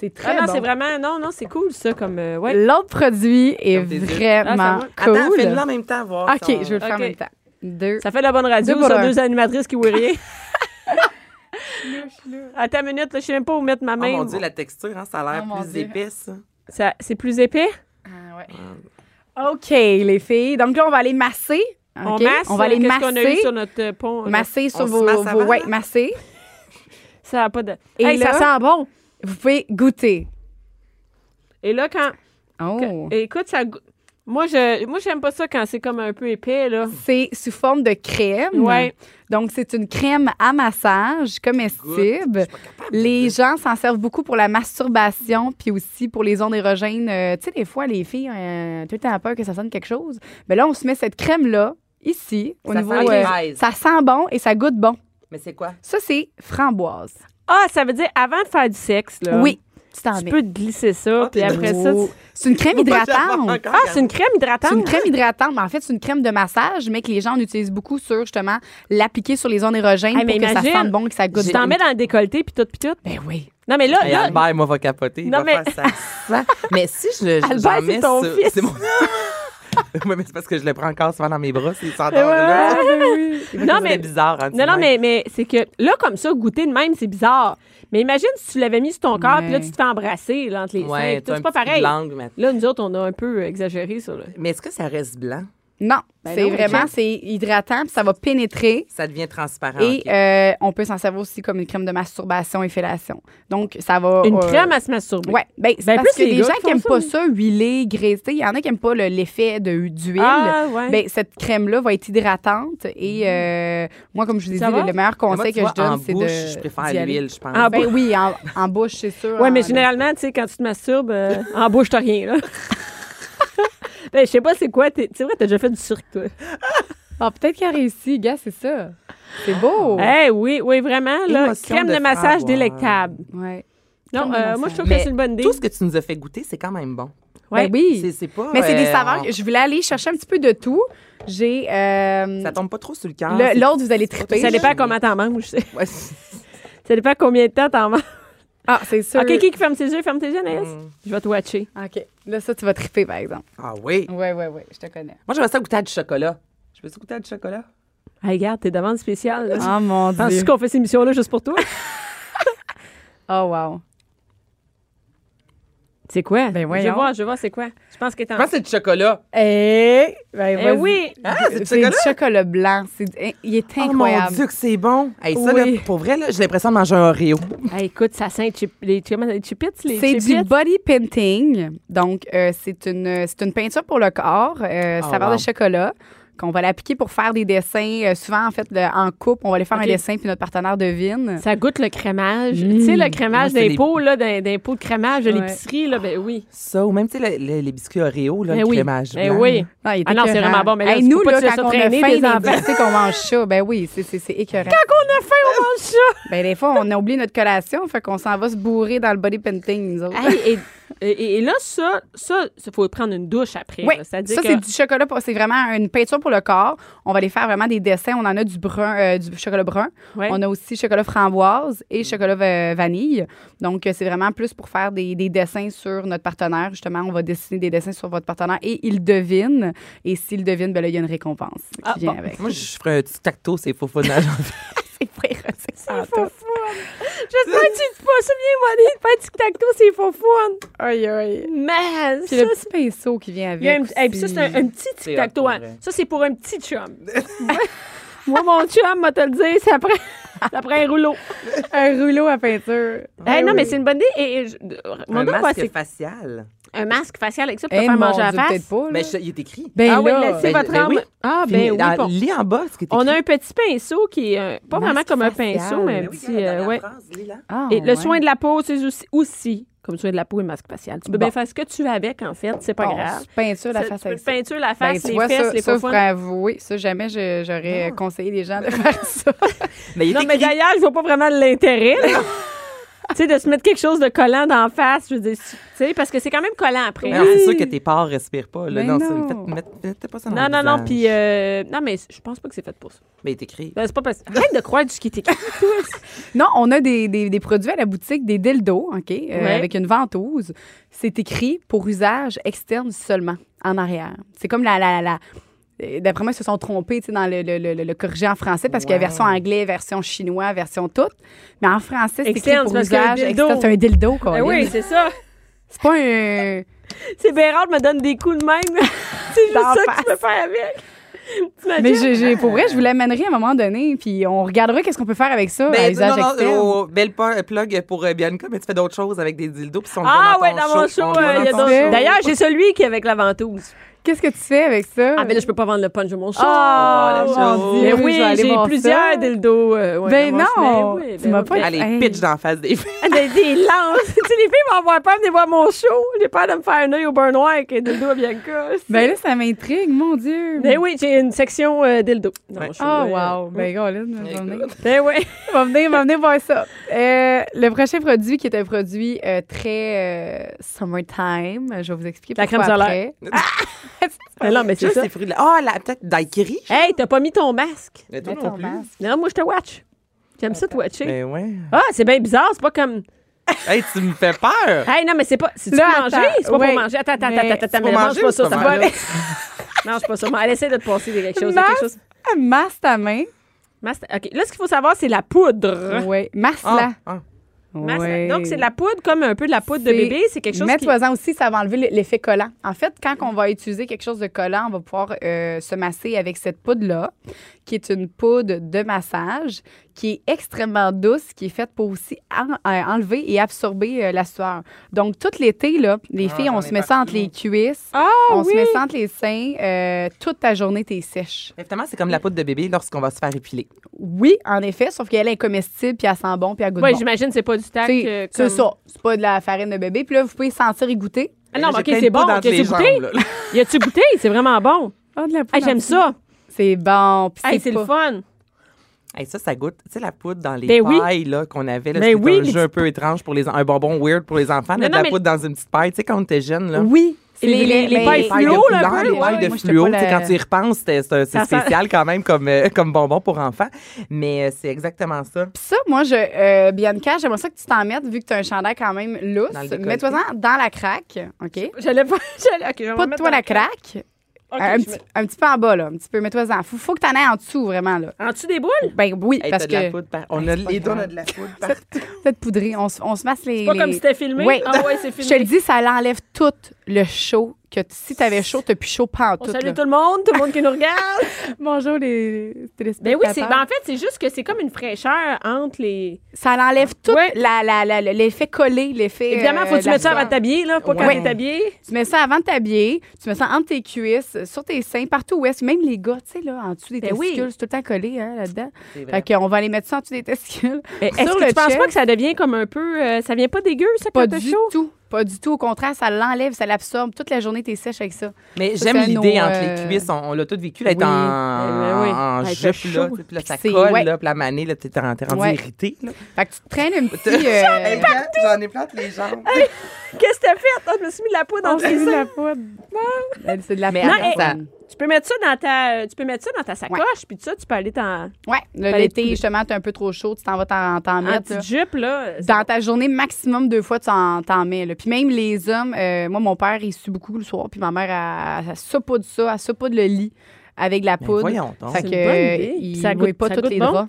F: C'est très
C: Ah non,
F: bon.
C: c'est vraiment... Non, non, c'est cool, ça, comme... euh, ouais.
F: L'autre produit est
E: Comme des yeux.
F: vraiment
E: Ah, ça va.
F: cool.
E: Attends, fais-le en même temps, voir.
F: OK,
E: si on-
F: je vais le faire
C: OK.
F: en même temps. Deux.
C: Ça fait de la bonne radio,
F: Deux pour
C: ça,
F: un.
C: deux animatrices qui ne rien. Attends une minute, là, je sais même pas où mettre ma
E: Oh
C: main.
E: mon Dieu, la texture, hein, ça a l'air
F: Oh mon
E: plus
F: Dieu.
E: épaisse.
C: Ça- C'est plus épais?
F: Ah, ouais. OK, les filles. Donc là, on va aller masser.
C: On
F: OK?
C: masse?
F: On va aller
C: euh, qu'est-ce qu'on a eu
F: masser.
C: sur notre euh, pont?
F: Masser
E: On
F: sur
E: se
F: vos,
E: masse avant,
F: vos- ouais,
E: là?
F: masser.
C: Ça a pas de...
F: Et
C: Hey,
F: là-
C: ça sent bon!
F: Vous pouvez goûter.
C: Et là, quand...
F: Oh.
C: Écoute, ça... go- Moi, je moi j'aime pas ça quand c'est comme un peu épais, là.
F: C'est sous forme de crème.
C: Ouais.
F: Donc, c'est une crème à massage comestible. Les gens s'en servent beaucoup pour la masturbation, puis aussi pour les ondes érogènes. Euh, tu sais, des fois, les filles, euh, tout le temps peur que ça sonne quelque chose. Mais là, on se met cette crème-là, ici, au
E: Ça
F: niveau.
E: sent
F: euh,
E: fraise.
F: ça sent bon et ça goûte bon.
E: Mais c'est quoi?
F: Ça, c'est framboise.
C: Ah, ça veut dire avant de faire du sexe, là.
F: Oui, tu t'en
C: Euh, Tu
F: mets.
C: peux te glisser ça,
E: Ah,
C: puis
E: t'es
C: après ça...
F: Oh.
C: tu-
F: C'est une crème hydratante.
C: Ah, c'est une crème
F: C'est une
C: hydratante?
F: crème hydratante, mais en fait, c'est une crème de massage, mais que les gens en utilisent beaucoup sur, justement, l'appliquer sur les zones érogènes
C: Hey, Ah, mais
F: pour que
C: imagine,
F: ça sente bon, que ça goûte
C: Tu t'en
F: bon.
C: mets dans le décolleté, puis tout, puis tout.
F: Ben oui.
C: Non, mais là...
E: Hey,
C: là-
E: Albert, moi, va capoter. Il
C: Non,
E: va
C: mais-
E: faire ça. mais si je. je-
C: Albert,
E: j'en
C: c'est
E: mets
C: ton
E: sur-
C: fils.
E: C'est mon. Oui, mais c'est parce que je le prends encore souvent dans mes bras, s'il s'endort là.
F: Ah
C: Non,
E: C'est
C: mais...
E: bizarre. hein,
C: Non,
E: tu
C: non,
E: sais.
C: mais, mais c'est que là, comme ça, goûter de même, c'est bizarre. Mais imagine si tu l'avais mis sur ton corps,
F: Ouais.
C: puis là, tu te fais embrasser là, entre les seins.
E: Ouais,
C: puis tout,
E: t'as
C: C'est
E: un
C: pas
E: petit peu de
C: pareil.
E: langue, mais-
C: Là, nous autres, on a un peu euh, exagéré sur le.
E: Mais est-ce que ça reste blanc?
F: Non,
C: Ben
F: c'est
C: non,
F: vraiment
C: ok.
F: c'est hydratant, puis ça va pénétrer.
E: Ça devient transparent.
F: Et
E: Ah, ok.
F: euh, on peut s'en servir aussi comme une crème de masturbation et fellation. Donc, ça va.
C: Une
F: euh,
C: crème à se masturber.
F: Ouais, ben, c'est
C: Ben,
F: parce
C: plus
F: que
C: les
F: des
C: gars
F: gens
C: qui
F: qui
C: font
F: aiment
C: ça,
F: pas
C: oui.
F: ça, huilé, graissé, il y en a qui aiment pas le- l'effet de- d'huile.
C: Ah, ouais. Mm.
F: Ben, cette crème-là va être hydratante et euh, moi, comme je vous ai dit,
C: Ça va?
F: le, le meilleur
E: Moi,
F: conseil
E: tu
F: que je
E: vois,
F: donne,
E: en
F: c'est de.
E: bouche, je
F: d'y
E: préfère
F: aller.
E: l'huile, je pense.
C: En
F: Ben oui, en, en bouche, c'est sûr.
C: Ouais, mais
F: en-
C: généralement, tu sais, quand tu te masturbes, euh, en bouche, t'as rien, là. ben, je sais pas c'est quoi. t'es- C'est vrai, t'as déjà fait du cirque, toi.
F: Ah, peut-être qu'il a réussi, gars, c'est ça. C'est beau.
C: Eh oui, oui, vraiment, là.
E: Émotion
C: crème de,
E: de
C: massage
E: framboise.
C: délectable.
F: Ouais.
C: Non,
F: Crème de
C: euh,
F: massage.
C: moi, je trouve
E: Mais
C: que c'est une bonne idée.
E: Tout ce que tu nous as fait goûter, c'est quand même bon.
C: Ouais.
F: Ben oui.
E: C'est- C'est pas.
F: Mais c'est des
E: euh,
F: saveurs.
E: on-
F: que Je voulais aller chercher un petit peu de tout. J'ai. euh,
E: Ça tombe pas trop sur le cœur.
F: le-
E: c'est-
F: L'autre, vous allez
E: c'est pas
F: triper.
E: trop
C: Ça
F: là.
C: dépend comment t'en manges. je sais.
E: Ouais, c'est-
C: Ça dépend combien de temps t'en manges.
F: Ah, c'est sûr.
C: OK, qui qui ferme ses yeux? Ferme tes yeux, Anaïs. Mm. Je vais te watcher.
F: OK. Là, ça, tu vas triper, par exemple.
E: Ah oui.
F: Oui, oui, oui, je te connais.
E: Moi, j'aimerais ça goûter à du chocolat. Je peux ça goûter à du chocolat?
C: Hey, regarde, tes demandes spéciales. là.
F: Oh mon
C: Penses-tu qu'on fait ces missions-là juste pour toi?
F: Oh wow.
C: c'est quoi?
F: Ben
C: je vais
F: voyons.
C: voir, je vais voir c'est quoi. Je pense qu'elle est
E: Je
C: en...
E: pense que c'est du chocolat.
F: Eh, ben
C: Eh
F: vas-y.
C: oui!
E: Ah, c'est du
F: C'est du
E: chocolat?
F: chocolat blanc. C'est- eh, il est
E: Oh mon
F: incroyable.
E: Dieu, que c'est bon! Hey, ça,
F: Oui.
E: là, pour vrai, là, j'ai l'impression de manger un Oreo.
C: Hey, écoute, ça sent les, chip- les, comment- les chipettes, les
F: c'est du
C: chipettes.
F: body painting. Donc, euh, c'est une, c'est une peinture pour le corps, euh,
E: Oh,
F: saveur
E: wow.
F: de chocolat, qu'on va l'appliquer pour faire des dessins. Euh, souvent, en fait, le- en couple, on va aller faire
C: Ok.
F: un dessin, puis notre partenaire devine.
C: Ça goûte le crémage. Tu sais, le crémage
E: Moi, c'est
C: d'un
E: les-
C: pot, là, d'un d'un pot de crémage de
F: Ouais.
C: l'épicerie, là, ben oui.
E: Ça, ou même, tu sais, le- le- les biscuits Oreo, là,
C: Ben
E: le
C: oui.
E: crémage
C: Ben
E: blanc.
C: oui.
F: il est
C: Ah non, c'est
F: écœurant.
C: vraiment bon, mais là,
F: Hey,
C: tu peux
F: nous,
C: pas
F: là,
C: te laisser
F: quand on a
C: traîner
F: faim,
C: des
F: des
C: enfants.
F: petits, qu'on mange ça, ben oui, c'est- c'est c'est écœurant.
C: On a faim, on mange ça!
F: Ben, des fois, on a oublié notre collation, fait qu'on s'en va se bourrer dans le body painting, nous autres.
C: Hey, et, et- et là, ça, ça, ça, faut prendre une douche après.
F: Oui,
C: là.
F: ça,
C: C'est-à-dire que-
F: c'est du chocolat. pour- C'est vraiment une peinture pour le corps. On va aller faire vraiment des dessins. On en a du brun, euh, du chocolat brun.
C: Ouais. Mm.
F: On a aussi chocolat framboise et chocolat va- vanille. Donc, euh, c'est vraiment plus pour faire des, des dessins sur notre partenaire. Justement, on va dessiner des dessins sur votre partenaire et il devine. Et s'il devine, ben là, il y a une récompense qui
C: Ah,
F: vient
C: bon.
F: avec.
E: Moi, je ferais un petit tacto, c'est faux faux nage.
F: C'est pas érotique, ça, en tout.
C: J'espère que tu te pas souviens, Monique, pas tic-tac-toe, c'est faux fun.
F: Aïe, aïe.
C: Man,
F: Puis
C: ça,
F: le petit pinceau qui vient avec.
C: Il y a un, hey, puis ça,
F: aussi.
C: c'est un, un petit
E: C'est
C: tic-tac-toe.
E: hot,
C: hein.
E: pour vrai.
C: Ça, c'est pour un petit chum. Moi, mon chum, m'a te le dire, ça prend, ça prend un rouleau.
F: Un rouleau à peinture.
C: Eh, non,
F: oui.
C: mais c'est une bonne idée. Et, et je- mon
E: Un
C: doigt,
E: masque
C: c'est Oh,
E: facial.
C: un masque facial avec ça pour
F: Eh,
C: te faire
F: mon
C: manger à
F: Dieu,
C: la face.
F: peut-être pas, là.
E: Mais je- il est écrit.
F: Ben
C: ah oui,
F: là.
C: laissez
E: Ben,
C: votre
E: ben
C: arme.
E: oui.
C: Ah,
E: Fini.
C: ben oui.
E: Dans-
C: bon.
E: Lis en bas ce qui est écrit.
C: On a un petit pinceau qui est euh, pas
F: Masque
C: vraiment comme un
F: facial.
C: pinceau, mais un
E: Ben oui,
C: petit.
E: regarde la
C: euh,
E: dernière
C: ouais.
E: phrase, lis-la.
F: Ah,
C: Et le
F: ouais.
C: soin de la peau, c'est aussi, aussi comme soin de la peau et masque facial. Tu peux
F: Bon.
C: bien faire ce que tu veux avec, en fait. C'est pas
F: Bon,
C: grave.
F: Peinture la
C: Ça,
F: face
C: tu peux
F: avec
C: te
F: ça.
C: peinture la
F: Ben,
C: face,
F: tu
C: les
F: vois,
C: fesses,
F: ça,
C: les
F: ça,
C: faux
F: faut
C: fun.
F: avouer. Ça, jamais je- j'aurais conseillé les gens de faire ça.
E: Mais il
C: Non,
E: est
C: mais
E: écrit.
C: d'ailleurs, je vois pas vraiment l'intérêt. là. tu sais, de se mettre quelque chose de collant d'en face, je veux dire, tu sais, parce que c'est quand même collant après.
E: Non, c'est sûr que tes pores respirent pas. Là.
F: Mais
E: Non, ça-
F: non.
E: faites- mette- mettez pas ça dans
C: Ben Non,
E: le
C: non, non,
E: visage.
C: puis... euh, non, mais je pense pas que c'est fait pour ça.
E: Mais il est écrit.
C: Ben, c'est pas parce... Arrête de croire du ski écrit.
F: Ben non, on a des, des- des produits à la boutique, des dildos, OK, euh,
C: Ouais.
F: avec une ventouse. C'est écrit pour usage externe seulement, en arrière. C'est comme la... la, la euh, D'après moi, ils se sont trompés tu sais, dans le, le, le- le- le corrigé en français parce qu'il y a
E: Ouais.
F: version anglais, version chinois, version toute. Mais en français, c'est écrit
C: Externe,
F: pour
C: c'est parce qu'il y a un
F: usage
C: dildo.
F: externe. C'est un dildo, quoi.
C: Ben oui, c'est ça.
F: C'est pas un...
C: C'est bien rare de me donne des coups de même. c'est juste
F: D'en
C: ça que
F: face.
C: tu peux faire avec. T'imagines?
F: Mais j'ai- j'ai- pour vrai, je vous l'amènerai à un moment donné, puis on regardera qu'est-ce qu'on peut faire avec ça à
E: Ben,
F: usage
E: non, non,
F: externe.
E: oh, belle pa- plug pour euh, Bianca, mais tu fais d'autres choses avec des dildos. Puis sont
C: Ah
E: ouais,
C: ouais, dans mon show, euh, il y a
F: ton
C: d'autres...
F: show.
C: D'ailleurs, j'ai celui qui est avec la ventouse.
F: Qu'est-ce que tu fais avec ça?
C: Ah ben là, je peux pas vendre le punch de mon show.
F: Ah,
E: Oh,
F: mon
E: mon
F: Dieu,
C: Mais
F: je
C: oui,
F: vais aller
C: j'ai
F: voir ça.
C: plusieurs dildos. euh, ouais,
F: Ben
C: dans mon
F: non,
C: chemin. Oui,
F: tu
C: ben
F: m'as
C: oui,
F: pas
C: ben-
E: Allez,
F: Hey.
E: pitch d'en face des filles.
C: Ah, des, des lances. tu sais, les filles vont avoir peur de venir voir mon show. J'ai peur de me faire un œil au beurre noir avec un dildo à Bianca.
F: Ben là, ça m'intrigue, mon Dieu.
C: Ben oui, j'ai une section euh, dildo. dans mon
E: Ouais.
C: show,
F: Oh,
C: ouais.
F: wow. Ben, go, là, va venir.
C: Ben oui.
F: Va venir, va venir voir ça. Euh, le prochain produit qui est un produit euh, très euh, summertime, je vais vous expliquer
C: La crème
F: pourquoi
C: solaire.
F: après.
C: Ben non, mais c'est
E: Juste
C: ça.
E: ces fruits de la. Ah, la tête d'aiquiri.
C: Hey, t'as pas mis ton masque.
E: Mais
F: Mets
E: toi
F: ton
E: non plus.
F: masque.
C: Non, moi, je te watch. J'aime ça te watcher.
E: Ben ouais.
C: Ah, c'est bien bizarre. C'est pas comme.
E: Hey, tu me fais peur.
C: Hey, non, mais c'est pas. C'est-tu
F: Là,
C: pour manger?
F: attends,
C: C'est pas
F: ouais.
C: pour manger. Attends, attends,
F: Mais
C: attends, attends, attends.
E: pour
C: Mais mange
E: manger
C: pas
E: ou
C: ça.
E: c'est
C: Ça
E: pas
C: va.
E: mal, là?
C: Mange pas ça. Elle essaie de te passer quelque chose.
F: Masque.
C: Quelque chose.
F: Ah, Masse ta main.
C: Masque- OK. Là, ce qu'il faut savoir, c'est la poudre.
F: Oui. Masse-la.
E: Ah, ah.
C: Masse-
F: Ouais.
C: Donc, c'est de la poudre, comme un peu de la poudre de
F: C'est-
C: bébé. C'est quelque chose qui...
F: Mets-toi-en aussi, ça va enlever l- l'effet collant. En fait, quand on va utiliser quelque chose de collant, on va pouvoir euh, se masser avec cette poudre-là, qui est une poudre de massage, qui est extrêmement douce, qui est faite pour aussi en- euh, enlever et absorber euh, la sueur. Donc, tout l'été, là, les
E: Ah,
F: filles,
E: j'en
F: on
E: ai
F: se met ça entre
E: partout.
F: les cuisses,
C: Ah
F: on
C: oui!
F: se met ça entre les seins. euh, toute ta journée, t'es sèche.
E: Évidemment, c'est comme la poudre de bébé lorsqu'on va se faire épiler.
F: Oui, en effet, sauf qu'elle est comestible, puis elle sent bon, puis elle goûte
C: Oui,
F: bon.
C: j'imagine que c'est pas du tac.
F: Tu sais,
C: euh,
F: C'est
C: comme-
F: ça. C'est pas de la farine de bébé. Puis là, vous pouvez sentir et goûter.
C: Ah non, mais
E: J'ai
C: OK,
E: plein de
C: c'est
E: poudre
C: bon.
E: entre
C: T'as-tu
E: les
C: goûté?
E: jambes, là.
C: Y a-tu goûté? C'est vraiment bon. Ah, J'aime ça.
F: C'est bon. Puis
C: Hey,
F: c'est
C: c'est
F: pas-
C: le fun.
E: Hey, ça, ça goûte, tu sais, la poudre dans les
C: Ben oui.
E: pailles là, qu'on avait. Là,
C: Ben
E: c'était
C: oui,
E: un
C: les
E: jeu un peu étrange pour les en- un bonbon weird pour les enfants.
C: Non,
E: mettre de
C: non,
E: la
C: mais-
E: poudre dans une petite paille, tu sais, quand on était jeune. Là.
F: Oui. c'est
C: Les-
F: vrai,
C: les- les
F: ben,
C: pailles
E: pailles de
C: fluo, là, un
E: couleur,
C: peu,
E: les
C: ouais,
E: pailles
F: ouais.
E: de
F: Moi, j'étais
E: fluo.
F: pas
E: tu sais,
F: la-
E: Quand
C: euh,
E: tu y repenses, c'était- c'est c'est
C: Ça sent-
E: spécial quand même comme, euh, comme bonbon pour enfants. Mais euh, c'est exactement ça.
F: Puis ça, moi, je, euh, Bianca, j'aimerais ça que tu t'en mettes, vu que tu as un chandail quand même lousse.
E: Dans le décolleté.
F: Mets-toi-en dans la craque, OK?
C: J'allais pas. j'allais- OK, je vais
F: Pas de
C: mettre
F: toi
C: dans-
F: la craque.
C: OK,
F: un,
C: je
F: petit,
C: mets-
F: un petit peu en bas, là. Un petit peu, mets-toi-en. Faut, faut que t'en ailles en dessous, vraiment, là.
C: En dessous des boules?
F: Ben oui,
E: Hey,
F: parce
E: t'as de la
F: que
E: poudre par-
C: Ben,
E: On a
F: c'est pas
E: les deux, on a
F: grave.
E: de la poudre partout.
F: peut-être poudré. On, se- on se masse les.
C: Pas
F: les-
C: comme si c'était filmé.
F: Ouais.
C: Ah ouais, c'est
F: Je te le
C: filmé.
F: dis, ça l'enlève tout le chaud. Que t- si t'avais chaud, t'as plus chaud pas en
C: On
F: tout.
C: salue tout le monde, tout le monde qui nous regarde.
F: Bonjour les
C: Ben
F: téléspectateurs.
C: oui, c'est, ben en fait, c'est juste que c'est comme une fraîcheur entre les.
F: Ça l'enlève tout
C: Ouais.
F: la- la- la- le- l'effet collé, l'effet.
C: Évidemment,
F: euh,
C: faut que tu
F: de
C: mettes ça
F: la Euh,
C: avant de t'habiller, là, pas quand
E: Ouais.
C: t'es habillé.
F: Tu mets ça avant de t'habiller, tu mets ça entre tes cuisses, sur tes seins, partout où est-ce, même les gars, tu sais, là, en dessous des
C: Ben oui.
F: testicules, c'est tout le temps collé hein, là-dedans.
E: C'est vrai.
F: Fait qu'on va aller mettre ça en dessous des testicules.
C: Est-ce
F: Sur
C: que
F: le
C: tu penses
F: chest.
C: pas que ça devient comme un peu. euh, ça vient pas dégueu, ça,
F: Pas
C: quand t'as
F: du
C: chaud?
F: tout. Pas du tout. Au contraire, ça l'enlève, ça l'absorbe. Toute la journée, t'es sèche avec ça.
E: Mais
F: Ça,
E: j'aime
F: c'est
E: l'idée
F: nos,
E: entre
F: euh,
E: les cuisses. On, on l'a tout vécu, là, être
F: oui.
E: en,
C: Eh ben oui.
E: en
C: Ah, il fait
E: jupe, là,
C: chaud.
E: tu sais, puis là, ça
F: Puis c'est-
E: colle,
F: ouais.
E: là, puis la manée, là, t'es t'es rendu
F: Ouais.
E: irrité. là.
F: Fait que tu te traînes un petit. euh, Ah,
E: J'en ai plein les jambes.
C: Qu'est-ce que t'as fait? Ah, je me suis mis de la poudre
F: on
C: entre
F: s'est
C: les
F: mis de
C: seins.
F: la poudre. C'est de la
E: Mais
F: poudre.
E: attends, ça-
C: Tu peux mettre ça dans ta, tu peux mettre ça dans ta sacoche,
F: Ouais.
C: puis tout ça, tu peux aller t'en-
F: Ouais, là,
C: Fallait
F: l'été,
C: être-
F: justement, t'es un peu trop chaud, tu t'en vas t'en t'en
C: en,
F: mettre. là.
C: petite jupe, là.
F: Dans ta journée, maximum deux fois, tu en- t'en mets. là. Puis même les hommes, euh, moi, mon père, il sue beaucoup le soir. Puis ma mère, elle, elle saupoudre ça, elle saupoudre le lit avec de la
E: Mais
F: poudre.
E: voyons donc.
F: Fait
C: C'est
F: que,
C: une bonne idée.
F: euh,
C: Puis
F: il
C: ça
F: mouille
C: goûte-
F: pas
C: ça
F: tous
C: goûte
F: les
C: bon?
F: draps.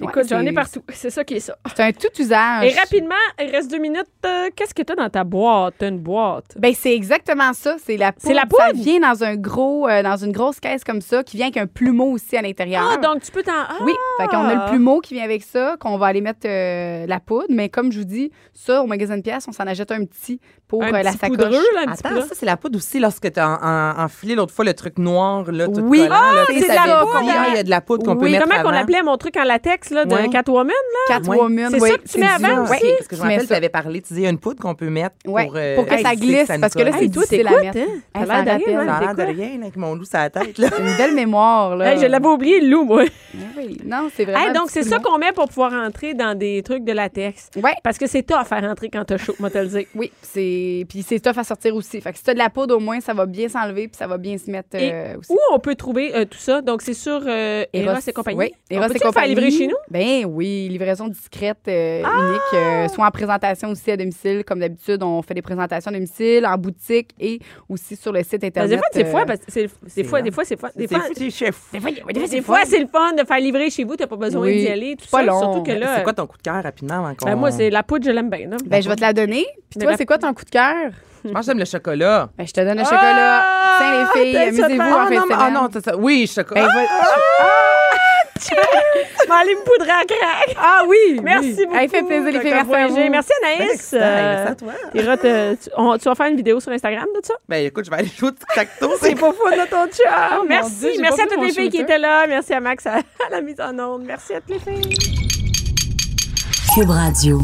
F: Ouais,
C: Écoute, j'en ai
F: c'est- Ah,
C: partout. C'est ça qui est ça.
F: C'est un tout usage.
C: Et rapidement, il reste deux minutes. euh, Qu'est-ce que t'as dans ta boîte? T'as une boîte.
F: Ben, c'est exactement ça. C'est la poudre.
C: C'est la
F: Ça
C: poudre?
F: vient dans, un gros, euh, dans une grosse caisse comme ça, qui vient avec un plumeau aussi à l'intérieur.
C: Ah, donc tu peux t'en. Ah,
F: Oui, fait qu'on a le plumeau qui vient avec ça, qu'on va aller mettre euh, la poudre. Mais comme je vous dis, ça, au magasin de pièces, on s'en achète un petit pour
C: un
F: euh, la
C: petit
F: sacoche.
C: poudreux, là, un petit
E: Attends,
C: poudreux.
E: ça, c'est la poudre aussi lorsque tu as en- en- enfilé l'autre fois le truc noir, là, tout
F: Oui.
E: collant.
F: Ah,
E: là,
F: c'est
E: tu sais,
F: de la
E: ça avait
F: poudre,
E: dit, ah, Il y a de la poudre qu'on peut
C: Oui,
E: mettre
C: comment
E: avant.
C: qu'on appelait mon truc en latex là, de
E: Ouais.
C: Catwoman?
F: Catwoman,
C: C'est
F: oui.
C: ça que tu mets
F: du-
C: avant
F: ouais,
C: aussi?
E: Parce que je me
F: mets
E: rappelle, tu
F: ça.
E: avais parlé, tu disais, il y a une poudre qu'on peut mettre
F: Ouais,
E: pour, euh,
F: pour que ça
E: assister,
F: glisse,
E: nous
F: parce que là,
E: colle.
F: c'est
E: Hey,
F: tout- difficile à mettre.
C: hein?
F: Hey,
C: T'as
F: ça
C: l'air de rien,
F: rappelle.
E: Ça
C: hein,
E: a l'air de
C: t'écoutes.
E: rien là, avec mon loup sur la tête. Là.
F: Une belle mémoire, là.
C: hein.
F: Eh
C: Hey, je l'avais oublié, le loup, moi.
F: Oui, Non, c'est vraiment.
C: Hey, donc, c'est ça
F: qu'on.
C: qu'on met pour pouvoir entrer dans des trucs de latex.
F: hein. Ouais.
C: Parce que c'est tough à faire entrer quand t'as chaud, moi, te le dire.
F: Oui, c'est puis c'est tough à sortir aussi. Fait que si t'as de la poudre, au moins, ça va bien s'enlever puis ça va bien se mettre
C: Et
F: euh, aussi.
C: Où on peut trouver euh, tout ça? Donc, c'est sur euh, Eros et compagnie.
F: Oui,
C: on
F: Eros
C: peut
F: et compagnie.
C: faire livrer chez nous? Ah!
F: Ben oui, livraison discrète, euh, unique, euh, soit en présentation aussi à domicile, comme d'habitude, on fait des présentations à domicile, en boutique et aussi sur le site
C: Parce que Ben,
F: internet.
C: des fois, c'est
F: euh,
C: fois, parce que c'est- des fois,
E: vrai.
C: des fois, c'est fois, des
E: C'est
C: fois,
E: fou, c'est chef.
C: des fois, des fois, des fois, c'est le fun de faire livrer chez vous, t'as pas besoin
F: Oui,
C: d'y aller, tout
F: c'est pas
C: ça.
F: long.
C: Surtout que là,
E: C'est quoi ton coup de cœur rapidement avant qu'on...
C: ben, moi, c'est la poudre, je l'aime bien. là.
F: Ben, je vais te la donner. Puis
C: Mais
F: toi,
C: la-
F: c'est quoi ton coup de cœur?
E: Je pense que Ah, j'aime le chocolat.
F: Ben, je te donne le
C: Ah!
F: chocolat. Tiens, les filles,
C: T'as ça
F: amusez-vous
C: de
F: en
C: faire-
E: Ah,
F: fin de
E: non, mais- ah
F: semaine.
E: non, ah! c'est ça. Oui, chocolat.
C: Je vais aller me poudrer en crack.
F: Ah oui!
C: Merci beaucoup.
F: Elle fait plaisir, les filles. Merci à
C: Voyager.
F: vous.
C: Merci,
E: Ben,
C: Anaïs.
E: excitant,
C: Euh,
E: merci à toi.
C: Ira, te- tu, on- tu vas faire une vidéo sur Instagram de ça?
E: Ben écoute, je vais aller jouer au tic-tac-toe.
C: C'est pas fou de ton chat.
F: mon
C: Oh, merci.
F: Dieu, j'ai
C: merci
F: pas
C: à toutes
F: vu
C: les
F: mon
C: filles qui
F: shooter.
C: étaient là. Merci à Max à, à la mise en onde. Merci à toutes les filles.
A: Cube Radio.